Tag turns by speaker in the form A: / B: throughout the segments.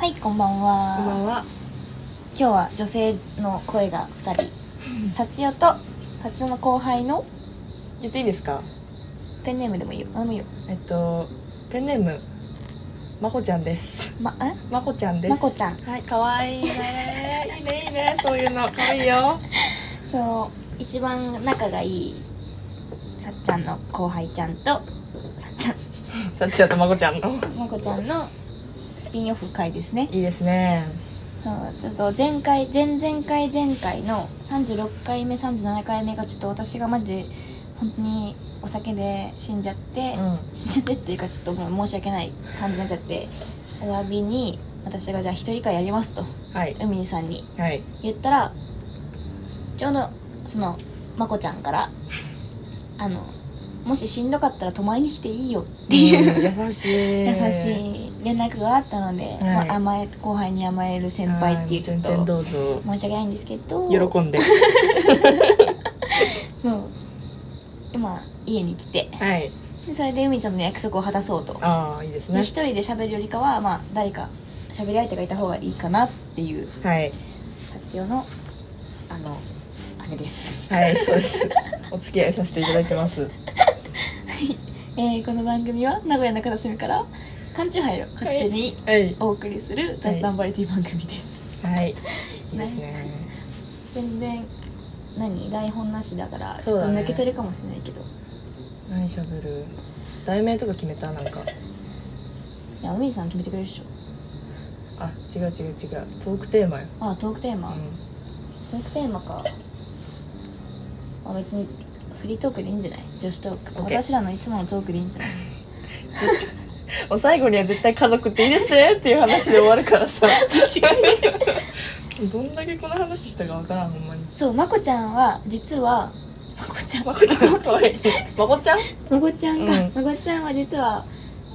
A: はい、こんばんは。
B: こんばんは。
A: 今日は女性の声が二人。幸代と、幸代の後輩の
B: 言っていいですか。
A: ペンネームでもいいよ。何でもいいよ。
B: えっと、ペンネーム。まこちゃんです。
A: ま、え
B: まこちゃんです。
A: まこちゃん
B: はい、可愛い ね。いいね、いいね、そういうの、可愛いよ。
A: そう、一番仲がいい、さっちゃんの後輩ちゃんと、さっちゃ
B: さっちゃんとまこちゃんの。
A: ん、まこちゃんのスピンオフ会ですね。
B: いいですね。
A: そうちょっと前回前々回前回の36回目37回目がちょっと私がマジで本当にお酒で死んじゃって、
B: うん
A: 死んじゃってっていうかちょっともう申し訳ない感じになっちゃってお詫びに私がじゃあ一人会やりますと
B: はい。
A: 海にさんに
B: はい。
A: 言ったらちょうどそのまこちゃんから「あのもししんどかったら泊まりに来ていいよ」っていう
B: うん優しい。
A: 優しい連絡があったので、
B: はい
A: まあ、甘え後輩に甘える先輩っていうちょっ
B: は全然
A: と
B: どうぞ。
A: 申し訳ないんですけど
B: 喜んで。
A: そう今家に来て
B: はい。
A: でそれで海ちゃんの約束を果たそうとで
B: ああ、いいです
A: 一
B: ね。
A: 人で喋るよりかは、まあ、誰か喋り相手がいた方がいいかなっていう
B: はい。
A: 達代のあのあれです、
B: はい、そうです。お付き合いさせていただいてます。
A: えーこの番組は名古屋の片隅から缶チューハイを勝手に
B: はい。
A: お送りする雑談バラエティ番組です、
B: はい。いいですね。
A: 全然何台本なしだからち
B: そ
A: ょ
B: う
A: っと
B: だね
A: 抜けてるかもしれないけど、
B: 何喋る。題名とか決めた、なんか。
A: いや海さん決めてくれるでしょ
B: あ違う違う違うトークテーマよ、
A: あトークテーマ、
B: う
A: トークテーマか、まあ、別にフリートークでいいんじゃない女子トーク、
B: OK
A: 私らのいつものトークでいいんじゃない
B: ん、お最後には絶対家族っていいですねっていう話で終わるからさどんだけこの話したかわからんほんまに
A: そうまこちゃんは実はまこちゃん
B: まこち ゃんかわいいまこちゃん
A: まこちゃんが、
B: う
A: まこちゃんは実は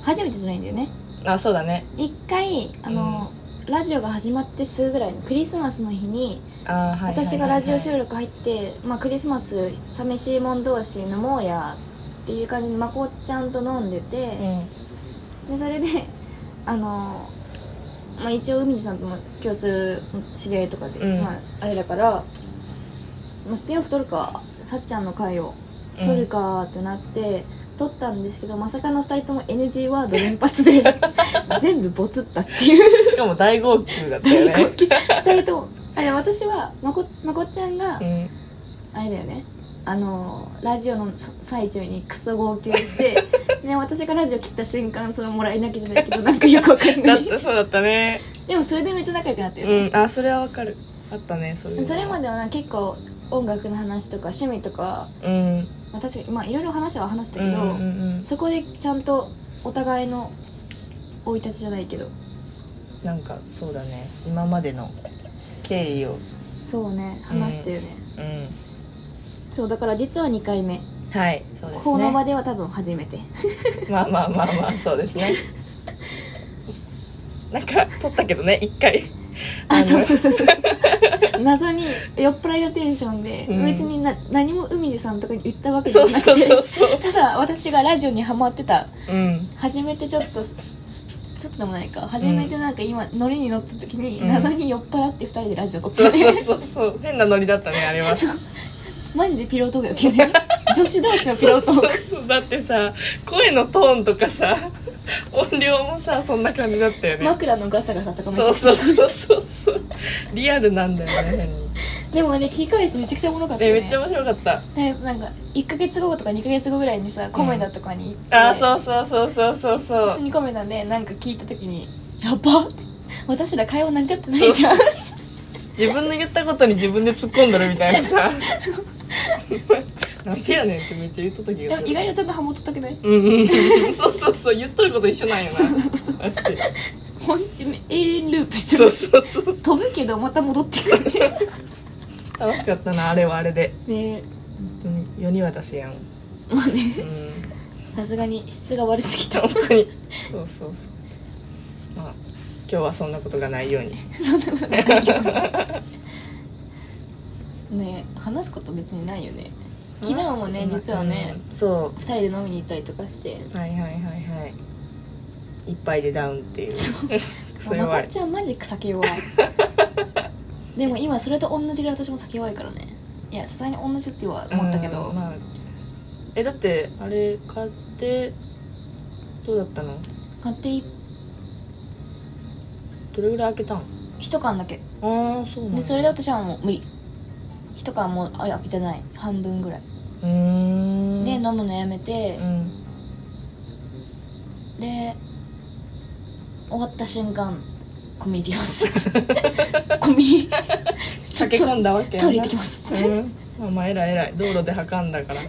A: 初めてじゃないんだよね
B: あそうだね
A: 一回あの、ラジオが始まってすぐぐらいのクリスマスの日に
B: あーはいはいはいはい
A: 私がラジオ収録入って、まあ、クリスマス寂しいもん同士飲もうやっていう感じでまこちゃんと飲んでて、
B: う
A: で
B: ん
A: それであのまあ一応海地さんとも共通の知り合いとかで、
B: うん
A: まあ、あれだから、まあ、スピンオフ取るかさっちゃんの回を取るかってなって、取ったんですけどまさかの2人とも NG ワード連発 で全部ボツったっていう
B: しかも大号泣だったよね
A: 大号2人ともあいや私はまこまこっちゃんが、
B: うん
A: あれだよねあのラジオの最中にクソ号泣して で私がラジオ切った瞬間そのもらい泣きじゃないけどなんかよくわかんな
B: だ
A: い
B: ったそうだったね
A: でもそれでめっちゃ仲良くなってる、
B: うんあそれはわかるあったねそういうの
A: それまではな結構音楽の話とか趣味とか、
B: うん
A: まあ、確かにまあいろいろ話は話した
B: う
A: け
B: ん
A: ど、
B: うんうん
A: そこでちゃんとお互いの生い立ちじゃないけど
B: なんかそうだね今までの経緯を
A: そうね話したよね、
B: うん
A: そうだから実は2回目、
B: はいそうですね
A: この場では多分初めて
B: まあまあまあまあそうです ねなんか撮ったけどね一回あ
A: あ
B: の
A: そうそうそうそうそう謎に酔っ払いのテンションで、
B: うん
A: 別にな何も海でさんとかに言ったわけじゃ
B: そう
A: なくて
B: そうそう そ う
A: ただ私がラジオにハマってた
B: うん
A: 初めてちょっとちょっとでもないか初めてなんか今、ノリに乗った時に、
B: うん
A: 謎に酔っ払って2人でラジオ撮って
B: そう
A: る、
B: そうそうそう変なノリだったねあれは そう
A: マジでピロートークだったよね女子同士のピロートーク
B: そうそうだってさ声のトーンとかさ音量もさそんな感じだったよね
A: 枕のガサガサとかめっちゃ
B: そうそうそうそうそうリアルなんだよね変に
A: でもね聞き返してめちゃくちゃおもろかったよ
B: で
A: ね
B: めっちゃ面白かった
A: でなんか1か月後とか2か月後ぐらいにさコメダとかに行って、
B: あーそうそうそうそうそうそ
A: 普通
B: う
A: にコメダでなんか聞いた時にやばって私ら会話成り立ってないじゃん
B: 自分の言ったことに自分で突っ込んどるみたい なさなんでやねんってめっちゃ言っとった気が
A: ですも
B: る
A: 意外とちゃんとハモっとったけどね
B: うんうんうんそうそうそう言っとること一緒なんよなマジで
A: 本地め永遠ループして
B: そう
A: る
B: そうそう
A: 飛ぶけどまた戻ってくるね
B: 楽しかったなあれはあれで
A: ねえ
B: 本当に世には出せやん
A: まあね
B: うん
A: さすがに質が悪すぎた
B: 本当にそうそうそうまあ今日はそんなことがないように
A: ね話すこと別にないよね昨日もね
B: うん
A: 実はね
B: そ
A: 2人で飲みに行ったりとかして
B: うはいはいはいはい一杯でダウンっていう そう
A: ま
B: 弱
A: か
B: い
A: ちゃんマジ酒 弱いでも今それと同じぐらい私も酒弱いからねいやさすがに同じっては思ったけど、
B: うんまあえだってあれ買ってどうだったの
A: 買ってい
B: どれぐらい開けたの
A: 一缶だけ
B: ああそうなんだ
A: でそれで私はもう無理一缶もうあ開けてない半分ぐらい、
B: うーん
A: で飲むのやめて
B: う、ん
A: で終わった瞬間コミュニティます コミュニティ
B: 駆け込んだわけ
A: トイレ行ってき
B: ま
A: ます
B: うんまあまあ偉い偉い道路で測んだから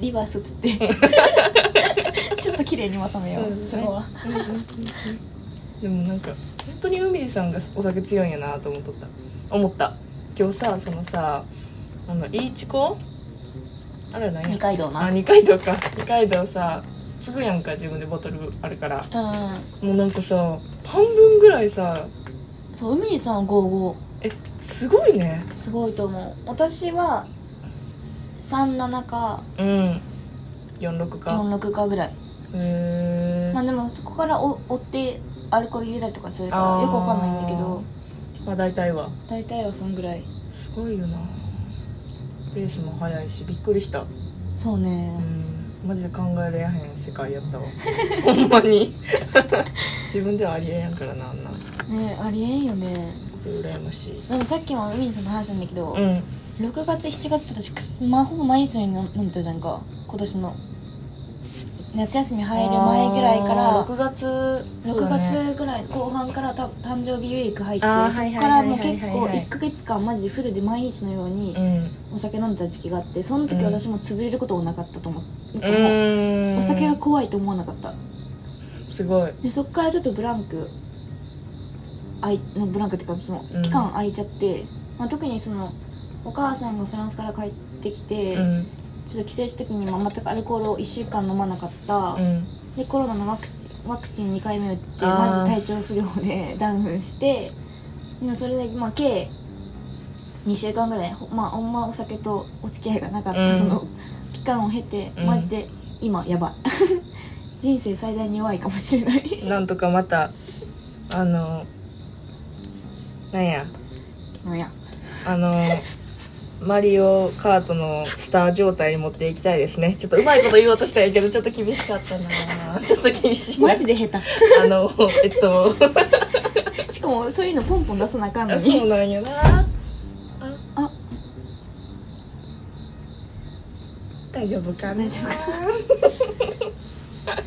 A: リバースつって ちょっと綺麗にまとめよう、
B: うん
A: そこは
B: でもなんか本当に海さんがお酒強いんやなと思っとった思った今日さそのさあのいいちこあれは何
A: 二
B: や
A: 階堂な
B: あ
A: うん
B: 二階堂か二階堂さつぐやんか自分でボトルあるからもうなんかさ半分ぐらいさ
A: そう海さんは55
B: えすごいね
A: すごいと思う私は37か
B: うん46か
A: 46かぐらい
B: へえ
A: まあでもそこからお追ってアルコール入れたりとかするからよくわかんないんだけど
B: まあ大体は
A: 大体はそんぐらい
B: すごいよなペースも速いしびっくりした
A: そうね、
B: うんマジで考えれやへん世界 やったわほんまに 自分ではありえやんからなあんなマ
A: ねありえんよね
B: ジで羨ましい
A: でもさっきも海さんの話なんだけど、
B: うん
A: 6月7月って私くす、まあ、ほぼ毎日のように飲んでたじゃんか今年の夏休み入る前ぐらいから
B: あー6月
A: 6月ぐらい後半からた誕生日ウィーク入って
B: あーはい
A: そ
B: はい
A: こからもう
B: はい
A: 結
B: はい
A: 構
B: はい
A: 1ヶ月間マジでフルで毎日のよう
B: そう
A: に
B: だね
A: お酒飲んでた時期があってその時
B: うん
A: 私も潰れることもなかったと思う
B: うんうん
A: お酒が怖いと思わなかった
B: すごい
A: でそっからちょっとブランクあいなブランクっていうかその
B: うん
A: 期間空いちゃって、まあ、特にそのお母さんがフランスから帰ってきて、
B: うん
A: ちょっと帰省した時にまあ全くアルコールを1週間飲まなかった、
B: うん
A: でコロナのワクチンワクチン2回目打って
B: あ
A: マ
B: ー
A: ジで体調不良で ダウンしてでもそれで、まあ、計2週間ぐらい、ほまあ、あんまお酒とお付き合いがなかった、
B: うん
A: その期間を経て
B: うん
A: マジで今やばい 人生最大に弱いかもしれない
B: なんとかまたあの なんや
A: なんや
B: あのマリオカートのスター状態に持っていきたいですねちょっとうまいこと言おうとしたんやけどちょっと厳しかった なちょっと厳しい な
A: マジで下
B: あのえっと
A: 手 しかもそういうのポンポン出さなあかんの
B: あそう
A: に
B: なんやな
A: あ
B: 大丈夫かな
A: 大丈夫か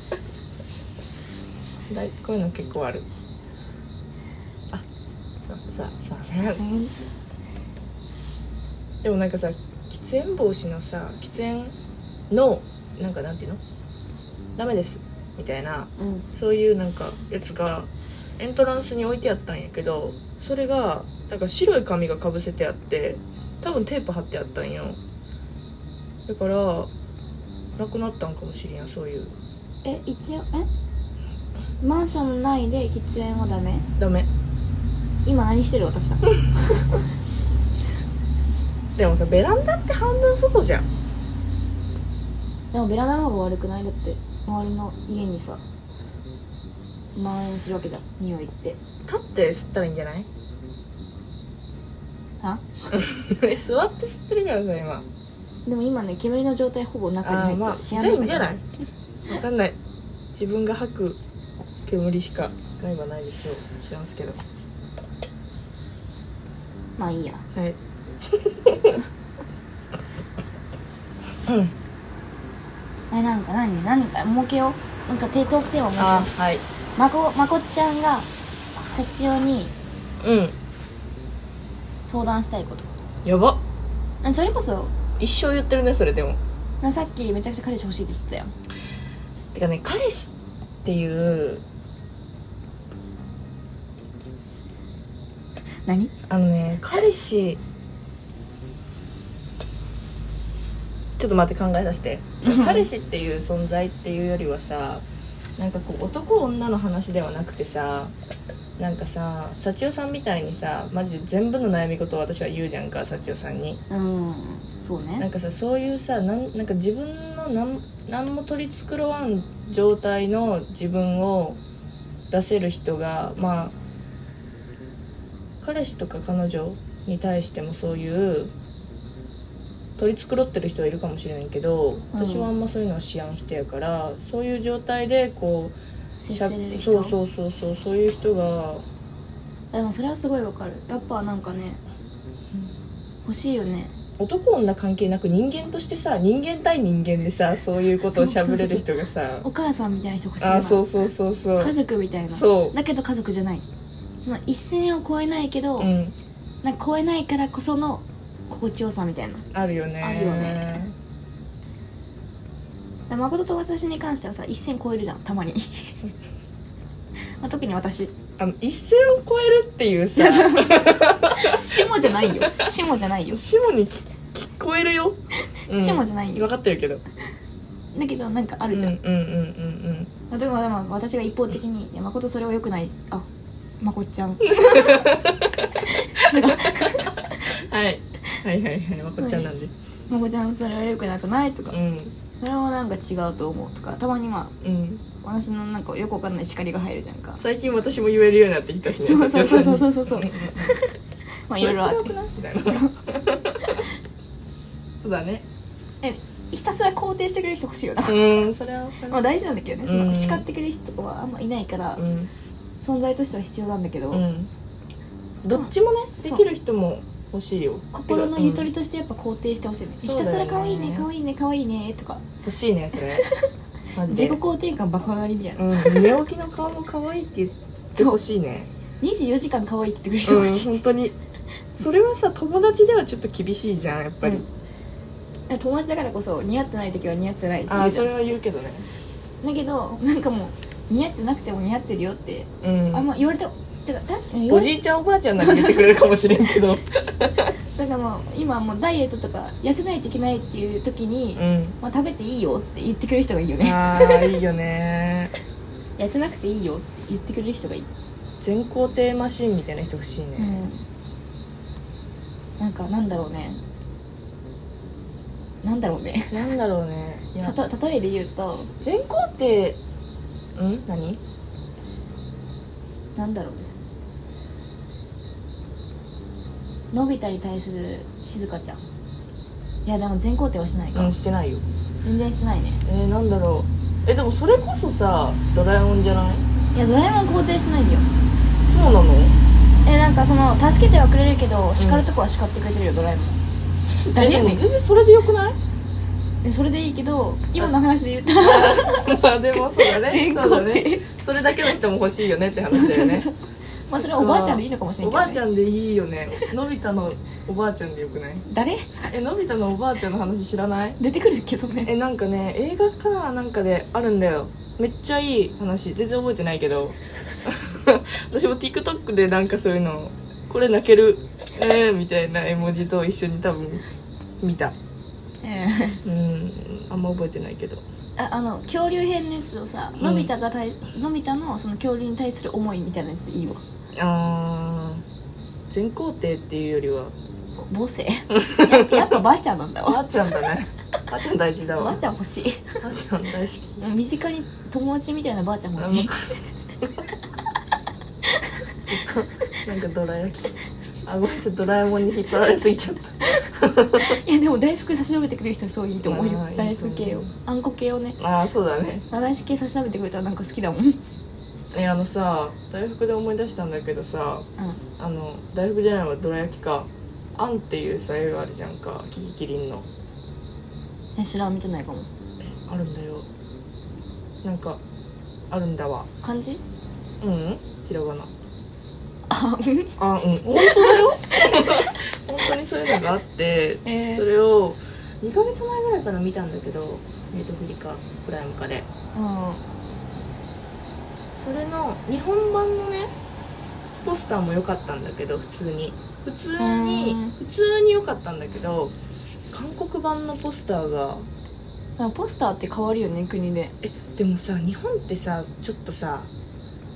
B: だいこういうの結構あるあさささ
A: な
B: さでもなんかさ喫煙防止のさ喫煙のなんかなんていうのダメですみたいな
A: うん
B: そういうなんかやつがエントランスに置いてあったんやけどそれがなんか白い紙がかぶせてあって多分テープ貼ってあったんよだからなくなったんかもしれんそういう
A: え一応えマンション内で喫煙はダメ
B: ダメ
A: 今何してる私ら
B: でもさベランダって半分外じゃん
A: でもベランダの方が悪くないだって周りの家にさ蔓延するわけじゃん匂いって
B: 立って吸ったらいいんじゃない
A: あ
B: 座って吸ってるからさ今
A: でも今ね煙の状態ほぼ中に入って
B: ー
A: る、
B: まあじゃあいいんじゃないわかんない自分が吐く煙しか害はないでしょう知らんすけど
A: まあいいや
B: はい。
A: えなんか何何か儲けようなんか手トークテーマ儲けよ
B: あ、はい。
A: うまこまこっちゃんが社長に
B: うん。
A: 相談したいこと
B: やば。
A: えそれこそ
B: 一生言ってるね、それでも。
A: なさっきめちゃくちゃ彼氏欲しいって言ってたやん
B: てかね、彼氏っていう、
A: 何
B: あのね、彼氏。ちょっと待って、考えさせ て。彼氏っていう存在っていうよりはさ。なんかこう男女の話ではなくてさなんかさ幸代さんみたいにさマジで全部の悩み事を私は言うじゃんか幸代さんに
A: うんそう
B: なん
A: ね
B: かさそういうさなんなんか自分のなんなんも取り繕わん状態の自分を出せる人がまあ彼氏とか彼女に対してもそういう取り繕ってる人はいるかもしれないけど
A: うん
B: 私はあんまそういうのは知らん人やから、そういう状態でこう
A: 接
B: しゃ
A: せれる人
B: そうそうそうそうそういう人が
A: でもそれはすごいわかるやっぱなんかね欲しいよね
B: 男女関係なく人間としてさ人間対人間でさそういうことをしゃべれる人がさ
A: お母さんみたいな人欲しいな
B: あそうそうそうそう
A: 家族みたいな
B: そう
A: だけど家族じゃないその一線を越えないけど、
B: うん
A: なんか越えないからこその心地よさみたいな
B: あるよね
A: あるよねで誠と私に関してはさ一線越えるじゃんたま にまあ特に私
B: あの一線を越えるっていうさ
A: 下じゃないよ下じゃないよ
B: 下にき聞こえるよ、うん
A: 下じゃないよ
B: 分かってるけど
A: だけどなんかあるじゃん、
B: うんうんうんうん
A: 例えばでも私が一方的に「いや誠それは良くない」あまこっちゃんす ごい
B: うんはいはいはいはいまこちゃんなんで、
A: まこちゃんそれは良くなくないとか
B: うん
A: それはなんか違うと思うとかたまにまあ
B: うん
A: 私のなんかよくわかんない叱りが入るじゃん か
B: 最近私も言えるようになってきたしね
A: そうそうそうそうそうそう
B: うんんん
A: まあいろ
B: これ
A: いろあ
B: 違
A: っ
B: う
A: て
B: くないみたいな そうだね
A: えひたすら肯定してくれる人欲しいよな
B: うんそれは分かる
A: まあ大事なんだけどねそ
B: うん
A: の叱ってくれる人とかはあんまいないから
B: うん
A: 存在としては必要なんだけど、
B: うんどっちもねできる人も欲しいよ
A: 心のゆとりとしてやっぱ肯定してほしいね、
B: そう
A: ひ
B: だ
A: た
B: よ
A: すら
B: ね
A: 可愛いね可愛いね可愛いねとか
B: 欲しいね それマジ
A: 自己
B: で、
A: 肯定感爆上がりみたいな、
B: うん、寝起きの顔も可愛いって言ってほしいね
A: 24時間可愛いって言ってくれる人
B: うん
A: 欲しい、
B: 本当にそれはさ友達ではちょっと厳しいじゃんやっぱり、
A: うん友達だからこそ似合ってない時は似合ってないって
B: あ
A: 言う
B: あ
A: じ
B: そ
A: ゃん
B: れは言うけどね
A: だけどなんかもう似合ってなくても似合ってるよって、
B: うん
A: あんま言われててか確かに言
B: お
A: われ
B: じいちゃんおばあちゃんなんか言ってくれるかもしれんけど
A: だからもう今はもうダイエットとか痩せないといけないっていう時に、
B: うん
A: まあ、食べていいよって言ってくれる人がいいよね
B: ああいいよね
A: 痩せなくていいよって言ってくれる人がいい、
B: 全肯定マシンみたいな人欲しいね、
A: なんかなんだろうねなんだろうね
B: なんだろうねいや
A: たと例えで言うと
B: 全肯定うん何
A: なんだろうねのび太に対する静香ちゃんいやでも全肯定はしないか、
B: うんしてないよ
A: 全然してないね
B: えー、なんだろうえでもそれこそさドラえもんじゃない
A: いやドラえもん肯定しないでよ
B: そうなの
A: えなんかその助けてはくれるけど叱るとこは叱ってくれてるよ、ドラえもん誰
B: え
A: で
B: で
A: もいい
B: も全然それでよくない
A: えそれでいいけど今の話で言ったら
B: まあでもそうだね
A: 全肯定
B: そうだねそれだけの人も欲しいよねって話だよね
A: まあそれはおばあちゃんでいいのかもしれ
B: お
A: んけ
B: ば
A: ど、ね、
B: あちゃんでいいよねのび太のおばあちゃんでよくない
A: 誰
B: えのび太のおばあちゃんの話知らない
A: 出てくるっけそんなやつ
B: えなんかね映画かななんかであるんだよめっちゃいい話全然覚えてないけ ど私も TikTok でなんかそういうのこれ泣けるえー、みたいな絵文字と一緒に多分見た
A: え
B: うんあんま覚えてないけど
A: えああの恐竜編のやつとさ、
B: ん
A: のび太がたいのび太のその恐竜に対する思いみたいなやついいわ
B: あー全肯定っていうよりは
A: 母 性やっぱやっぱばあちゃんなんだ
B: ば
A: わ
B: あちゃんだねばあちゃん大事だ
A: ば
B: わ
A: あちゃん欲しい
B: ばあちゃん大好き
A: 身近に友達みたいなばあちゃん欲しい
B: なんかどら焼きあごめんちょっとドラえもんに引っ張られすぎちゃった
A: いやでも大福差し伸べてくれる人はそういいと思う
B: あ
A: よ
B: ー
A: 大福系
B: いいと
A: を
B: 思
A: あんこ系をね
B: ああそうだね
A: 和菓子系差し伸べてくれたらなんか好きだもん、
B: えあのさ大福で思い出したんだけどさ
A: う
B: あの大福じゃないわどら焼きか「あん」っていうさ映画あるじゃんかキキキリンの
A: ん、知らん見てないかも
B: あるんだよなんかあるんだわ
A: 漢字
B: うん、うん、ひらがな
A: あうん
B: あうん本当だよ本当にそういうのがあって、
A: えー
B: それを2ヶ月前ぐらいから見たんだけどネットフリかプライムかで
A: うん
B: それの日本版のねポスターも良かったんだけど普通に普通に
A: うん
B: 普通に良かったんだけど韓国版のポスターが
A: あポスターって変わるよね国で
B: えでもさ日本ってさちょっとさ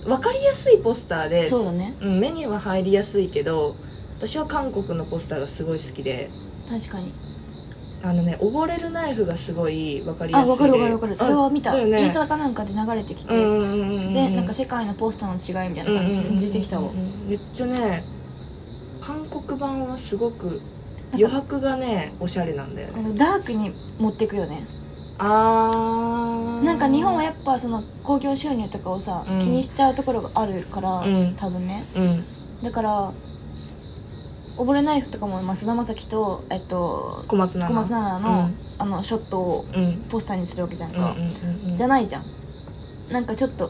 B: 分かりやすいポスターで
A: そうだね
B: うん、目には入りやすいけど私は韓国のポスターがすごい好きで
A: 確かに
B: あのね溺れるナイフがすごい分かりやす
A: あ
B: い
A: わかるわかるわかるそれは見た、
B: あだよね
A: インスタかなんかで流れてきて、
B: うんうんうんうん
A: ぜなんか世界のポスターの違いみたいな感じで出てきたわ、
B: うんうんうんうんめっちゃね韓国版はすごく
A: なんか
B: 余白がねおしゃれなんだよ
A: あ
B: ね
A: のダークに持ってくよね
B: あー
A: なんか日本はやっぱその興行収入とかをさ、
B: うん
A: 気にしちゃうところがあるから、
B: うん
A: 多分ね
B: うん
A: だから溺れナイフとかもまあ菅田将暉と、えっと、
B: 小松菜奈
A: 小松菜奈の,、
B: うん
A: あのショットを
B: うん
A: ポスターにするわけじゃん
B: うんう
A: か、
B: んうん
A: じゃないじゃんなんかちょっと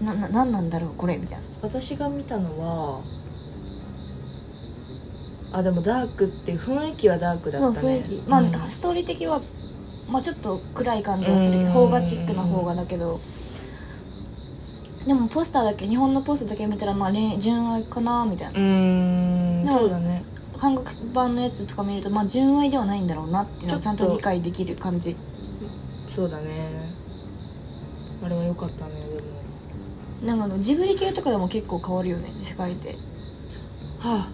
A: なななんなんだろうこれみたいな
B: 私が見たのはあでもダークっていう雰囲気はダークだった
A: そう
B: ね
A: 雰囲気まあ、
B: うん
A: ストーリー的は、まあ、ちょっと暗い感じはするけど
B: うん
A: 邦画チックな方がだけどでもポスターだけ日本のポスターだけ見たらまあ恋純愛かなみたいな
B: うーん
A: でも
B: そうだね
A: 韓国版のやつとか見るとまあ純愛ではないんだろうなっていうのはち
B: ちょ
A: ゃ
B: っ
A: ん
B: と
A: と理解できる感じ
B: そうだねあれは良かったねで
A: な
B: も
A: んかあのジブリ系とかでも結構変わるよね世界で
B: は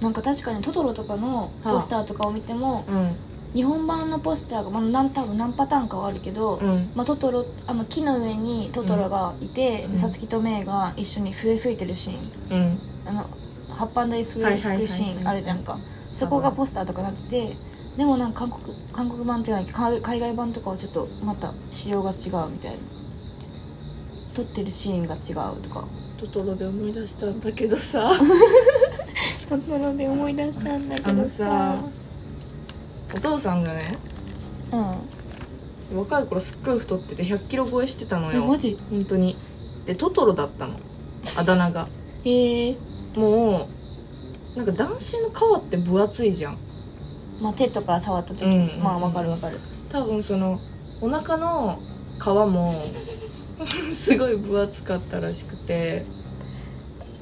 A: なんか確かにトトロとかのポスターとかを見ても、
B: あうん
A: 日本版のポスターが、まあ、なん多分何パターンかはあるけど、
B: うん
A: まあ、トトロあの木の上にトトロがいて
B: うん
A: でさつきとメイが一緒に笛吹いてるシーン
B: うん
A: あの葉っぱの笛
B: はいはいはい
A: 吹くシーンあるじゃんかそこがポスターとかなっててでもなんか韓国韓国版じゃないか海外版とかはちょっとまた仕様が違うみたいな撮ってるシーンが違うとか
B: トトロで思い出したんだけ どさ
A: トトロで思い出したんだけ
B: け
A: ど
B: ど
A: さ
B: さお父さんがね
A: う
B: 若い頃すっごい太ってて1 0 0キロ超えしてたの
A: んえ
B: よ
A: マジ
B: 本当にでトトロだったのあだ名が
A: へえ
B: もうなんか男性の皮って分厚いじゃん
A: まあ手とか触った時、
B: うん
A: まあわかるわかる
B: 多分そのお腹の皮 もすごい分厚かったらしくて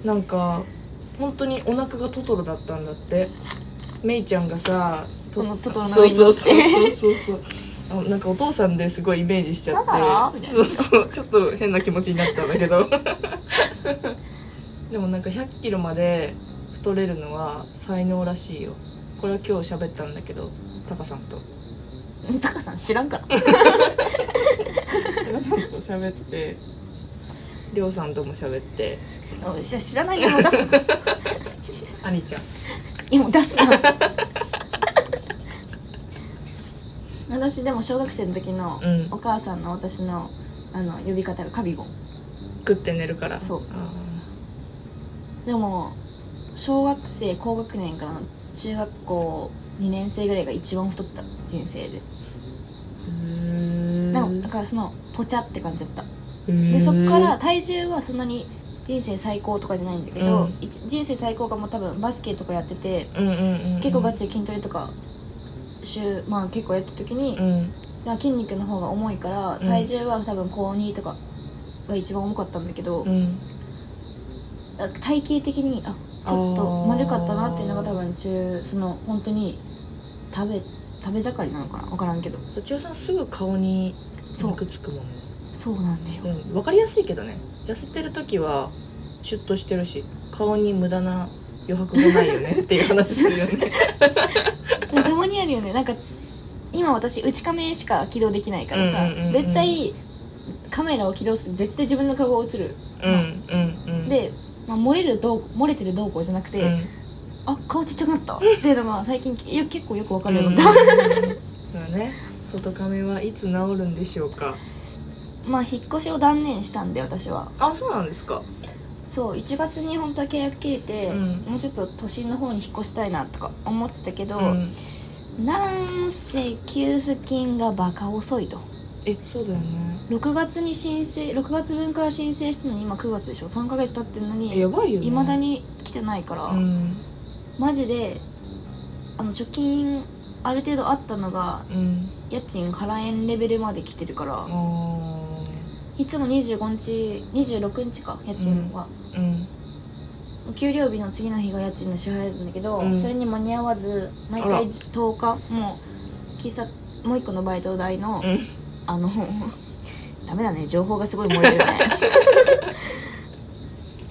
B: なんか本当にお腹がトトロだったんだってメイちゃんがさ
A: そのトトロの
B: そ
A: 上
B: う
A: に
B: そ
A: 乗っ
B: う
A: て
B: そうそうそうそうあなんかお父さんですごいイメージしちゃ
A: だから
B: ってそうそうちょっと変な気持ちになったんだけど でもなんか1 0 0キロまで太れるのは才能らしいよこれは今日喋ったんだけどタカさんと
A: タカさん知らん から
B: 皆さんと喋ってりょうさんとも喋って
A: うん知知らないのも出すな
B: 兄ちゃん
A: いやもう出すな 私でも小学生の時の
B: うん
A: お母さんの私のあの呼び方がカビゴン
B: 食って寝るから
A: そう
B: あ
A: でも小学生高学年からの中学校2年生ぐらいが一番太った人生で
B: ー
A: なんかだからそのポチャって感じだった
B: うーん
A: でそっから体重はそんなに人生最高とかじゃないんだけ
B: う
A: ど、
B: ん
A: 一人生最高がもう多分バスケとかやってて
B: うんうんうんうん
A: 結構ガチで筋トレとか週まあ結構やった時に
B: う、ん
A: まあ筋肉の方が重いから
B: うん
A: 体重は多分高2とかが一番重かったんだけど、
B: うん
A: あ体型的にあちょっと丸かったなっていうのが多分中その本当に食べ食べ盛りなのかな分からんけど
B: 土屋さんすぐ顔に
A: そう
B: 肉つくもんね
A: そうなんだよ
B: でも分かりやすいけどね痩せてる時はシュッとしてるし顔に無駄な余白がない よねっていう話するよね
A: でもたまにあるよねなんか今私内カメしか起動できないからさ、
B: うんうんうんうん
A: 絶対カメラを起動すると絶対自分の顔が映る、
B: うんうんうん
A: で、まあ、漏れるどう漏れてるどうこうじゃなくて、
B: うん
A: あ顔ちっちゃくなったっていうのが最近よ結構よくわかるようになった
B: だね外亀はいつ治るんでしょうか
A: まあ引っ越しを断念したんで私は
B: あそうなんですか
A: そう1月に本当は契約切れて、
B: うん
A: もうちょっと都心の方に引っ越したいなとか思ってたけど、
B: うん
A: なんせ給付金がバカ遅いと
B: えそうだよね
A: 6月に申請6月分から申請したのに今9月でしょ3ヶ月経ってるの
B: え
A: に
B: やばいよね
A: いまだに来てないから、
B: うん
A: マジであの貯金ある程度あったのが
B: うん
A: 家賃払えんレベルまで来てるから、
B: あー
A: いつも25日26日か家賃は、
B: うん
A: お給料日の次の日が家賃の支払いなんだけど、
B: うん
A: それに間に合わず毎
B: あら
A: 回10日もう喫茶もう一個のバイト代の、
B: うん
A: あの ダメだね情報がすごい漏れてる ね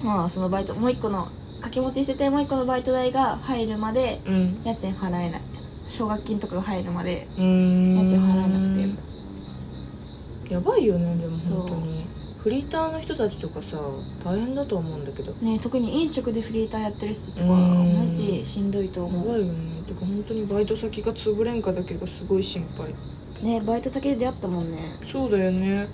A: まあそのバイトもう一個の掛け持ちしててもう一個のバイト代が入るまで
B: うん
A: 家賃払えない奨学金とかが入るまで
B: うーん
A: 家賃払えなくて
B: やばいよねでも
A: そう
B: 本当にフリーターの人たちとかさ大変だと思うんだけど
A: ね特に飲食でフリーターやってる人たちは
B: うん
A: マジでしんどいと
B: や
A: 思
B: ばいよねてか本当にバイト先が潰れんかだけがすごい心配
A: うねバイト先で出会ったもんね
B: そうだよね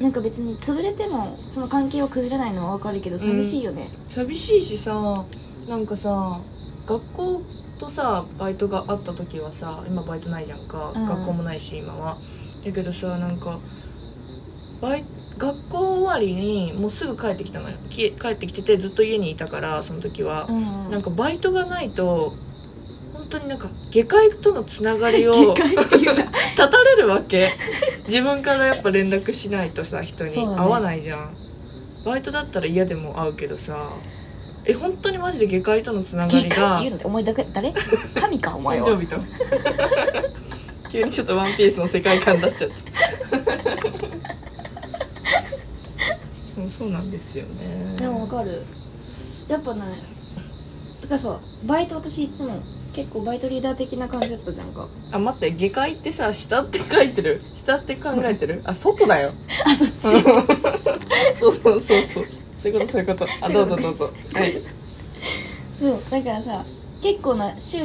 A: なんか別に潰れてもその関係は崩れないのは分かるけど寂しいよね
B: 寂しいしさなんかさ学校とさバイトがあった時はさ今バイトないじゃんか、
A: うん
B: 学校もないし今はだけどさなんかバイ学校終わりにもうすぐ帰ってきたのよき帰ってきててずっと家にいたからその時は
A: う、んうん
B: なんかバイトがないと本当になんか下界とのつながり
A: 下
B: を
A: 界っていうな
B: 断たれるわけ自分からやっぱ連絡しないとさ人に
A: そ
B: 会
A: うだね
B: わないじゃん、バイトだったら嫌でも会うけどさえ本当にマジで下界とのつながり
A: 外科
B: が
A: って言うのってお前だけ 誰神かお前
B: 誕生
A: は
B: 日と急にちょっと「ワンピースの世界観出しちゃった でもそうなんですよね
A: でも分かるやっぱねだからさバイト私いつも結構バイトリーダー的な感じだったじゃんか
B: あ待って下界ってさ下って書いてる下って考えてるあ外だよ
A: あそっち
B: そうそうそうそうそういうことそういうことあどうぞどうぞはい
A: そうだからさ結構な週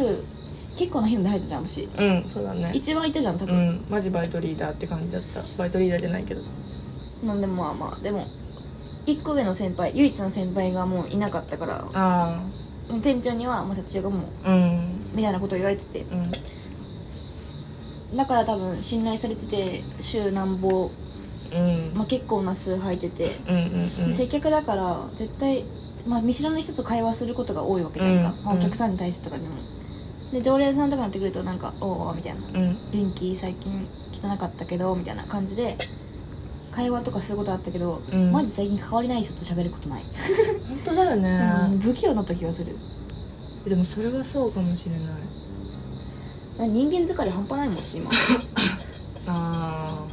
A: 結構な頻度で入ったじゃん私
B: うんそうだね
A: 一番いたじゃん多
B: う
A: 分、
B: んマジバイトリーダーって感じだったバイトリーダーじゃないけど
A: なんでまあまあでも一個上の先輩唯一の先輩がもういなかったから
B: あ
A: 店長にはまあ社長がも
B: あうん
A: うみたいなことを言われてて
B: うん
A: だから多分信頼されてて週なんぼ、
B: うん
A: まあ、結構な数入ってて、
B: うんうんう
A: で
B: ん
A: 接客だから絶対、まあ、見知らぬ人と会話することが多いわけじゃんか、
B: うん
A: まあ、お客さんに対してとかでもで常連さんとかになってくるとなんか「おうおう」みたいな
B: うん
A: 元気最近汚かったけどみたいな感じで会話とかそういうことあったけど、
B: うん
A: マジ最近変わりない人と喋ることない、
B: 本当だよ
A: なんかもう
B: ね
A: 不器用になった気がする
B: でもそれはそうかもしれない
A: なんか人間疲れ半端ないもんし今
B: あ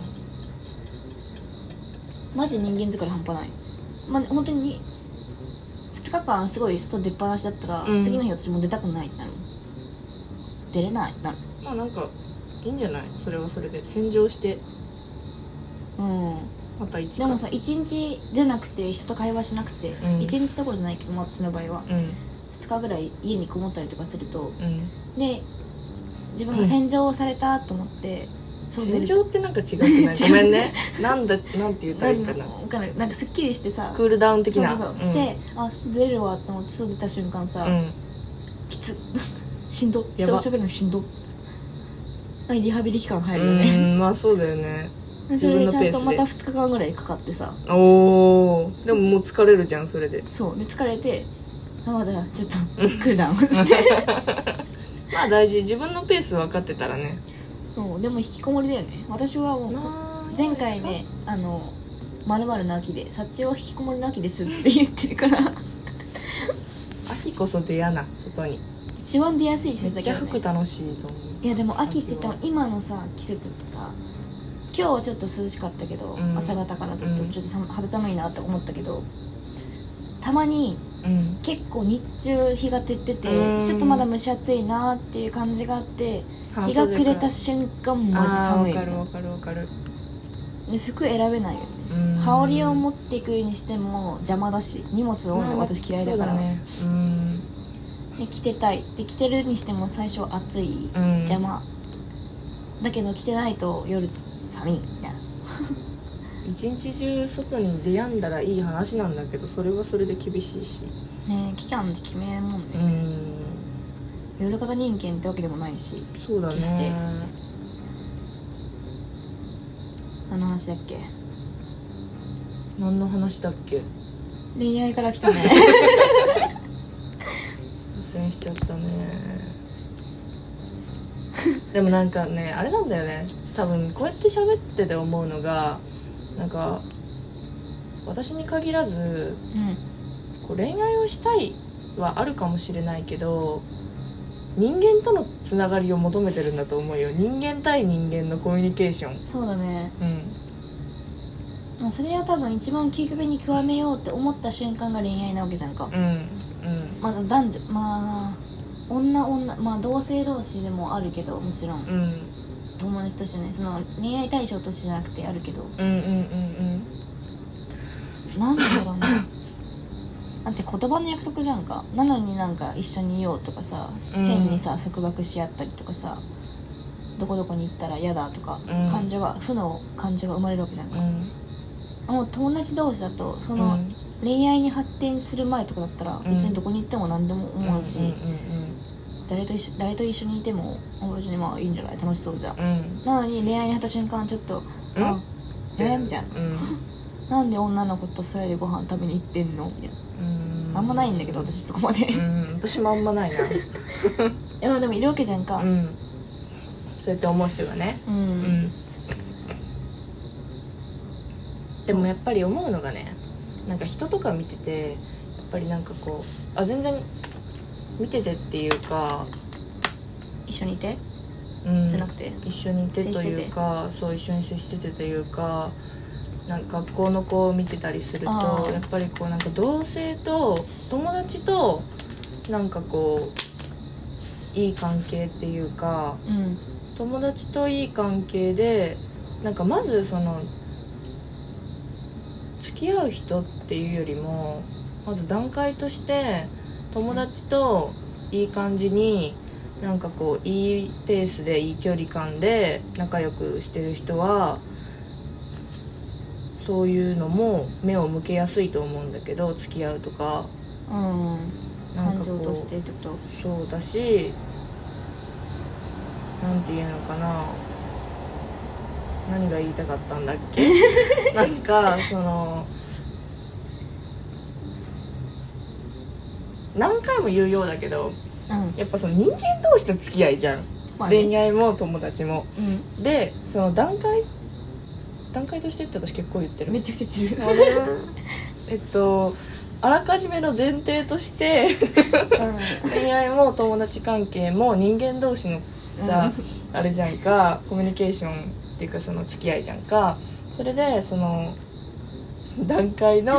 A: マジ人間疲れ半端ないまあ、ね、本当に2日間すごい外出っぱなしだったら、
B: うん
A: 次の日私もう出たくないってなるもん出れないってなる
B: あまあなんかいいんじゃないそれはそれで洗浄して
A: うん
B: また一
A: で
B: から
A: もさ1日出なくて人と会話しなくて、
B: うん
A: 一1日どころじゃないけど、まあ、私の場合は
B: うん
A: 2日ぐらい家にこもったりとかすると、
B: うん
A: で自分が洗浄をされたと思って、そう出
B: 洗
A: る
B: 浄ってなんか違く ないごめんね
A: 違
B: なんだなんて言ったらいいかな
A: なんかなんかすっきりしてさ
B: クールダウン的
A: そう
B: な
A: そうそうして、あ外出れるわと思って外出た瞬間さ、
B: うんうん
A: きつ しんど
B: や
A: 人
B: ば
A: と喋るのしんどあリハビリ期間入るよ
B: う
A: ね
B: んまあそうだよね
A: でそれでちゃん
B: 自
A: と
B: 分の
A: ま
B: ペースで
A: た2日間ぐらいかかってさ
B: おおでももう疲れるじゃんそれで
A: そうで疲れてあまだちょっとクールダ ウンして
B: まあ大事自分のペース分かってたらね
A: そうでも引きこもりだよね私はもう前回ねあの「まるの秋で幸を引きこもりの秋です」って言ってる から
B: 秋こそ出やな外に
A: 一番出やすい季
B: め
A: 節
B: っ
A: だ
B: ち
A: け
B: ゃ
A: ど、
B: 服
A: ね、
B: 楽しいと思う
A: いやでも秋って言っても今のさ季節ってさ今日はちょっと涼しかったけど、
B: うん
A: 朝方からずっとちょっと寒肌寒いなって思ったけどたまに
B: うん
A: 結構日中日が照ってて、
B: うん
A: ちょっとまだ蒸し暑いなっていう感じがあって日が暮れた瞬間マジ
B: あー
A: 寒い
B: 分
A: よ
B: かる分
A: ね
B: かる分かる
A: で服選べないよね
B: うん
A: 羽織を持っていくにしても邪魔だし荷物多いの私嫌いだから
B: そうねうん
A: で着てたいで着てるにしても最初暑い、
B: うん
A: 邪魔だけど着てないと夜寒いみたいな
B: 一日中外に出やんだらいい話なんだけどそれはそれで厳しいし
A: ねえ期間で決めれんもん
B: う
A: ね、
B: ん
A: 夜型人間ってわけでもないし
B: そうだ
A: 決して
B: ね
A: あの話だっけ
B: 何の話だっけ
A: 恋愛から来たね
B: 脱線しちゃったね でもなんかねあれなんだよね多分こうやって喋ってて思うのがなんか私に限らず
A: うん
B: こう恋愛をしたいはあるかもしれないけど人間とのつながりを求めてるんだと思うよ人間対人間のコミュニケーション
A: そうだね
B: うん
A: もうそれを多分一番究極に極めようって思った瞬間が恋愛なわけじゃんか、
B: うん
A: まず男女まあ女女まあ同性同士でもあるけどもちろん
B: うん
A: 友達としてねその恋愛対象としてじゃなくてあるけど
B: うんうんうん
A: なんだろうねだって言葉の約束じゃんかなのになんか一緒にいようとかさ、
B: うん
A: 変にさ束縛し合ったりとかさどこどこに行ったら嫌だとか、
B: うん
A: 感情が負の感情が生まれるわけじゃん
B: う
A: か、
B: ん
A: もう友達同士だとそ
B: うんう
A: の
B: ん
A: 恋愛に発展する前とかだったら
B: うん
A: 別にどこに行っても何でも思うし、
B: うんうん
A: 誰と一緒誰と一緒にいても別にまあいいんじゃない楽しそうじゃん
B: うんうん
A: なのに恋愛に果た瞬間ちょっと「
B: うん
A: あえみたいな
B: うん
A: 「なんで女の子と2人でご飯食べに行ってんの?」みたいな
B: うん
A: あんまないんだけど私そこまで
B: うん私もあんまない
A: いやでもいるわけじゃんか
B: なうんそうやって思う人がね
A: うん、
B: うんでもやっぱり思うのがねなんか人とか見ててやっぱりなんかこうあ全然見ててっていうか、
A: 一緒にいて
B: うん、
A: じゃなくて
B: 一緒にいてというかそう一緒に接しててというかなんか学校の子を見てたりする
A: あ
B: と
A: ー
B: やっぱりこうなんか同性と友達となんかこういい関係っていうか
A: うん
B: 友達といい関係でなんかまずその付き合う人っていうよりもまず段階として友達といい感じになんかこういいペースでいい距離感で仲良くしてる人はそういうのも目を向けやすいと思うんだけど付き合うとか
A: うん
B: なん
A: 感
B: かこ
A: 情
B: う
A: としてってこと
B: そうだしなんていうのかな何が言いたかったんだっ けなんかその何回も言うようだけど
A: うん
B: やっぱその人間同士の付き合いじゃん、
A: まあね
B: 恋愛も友達も
A: うん
B: でその段階段階としてって私結構言ってる
A: めちゃくちゃ言ってる
B: あれえっとあらかじめの前提として恋愛も友達関係も人間同士のさ、あれじゃんかコミュニケーションっていうかその付き合いじゃんかそれでその段階の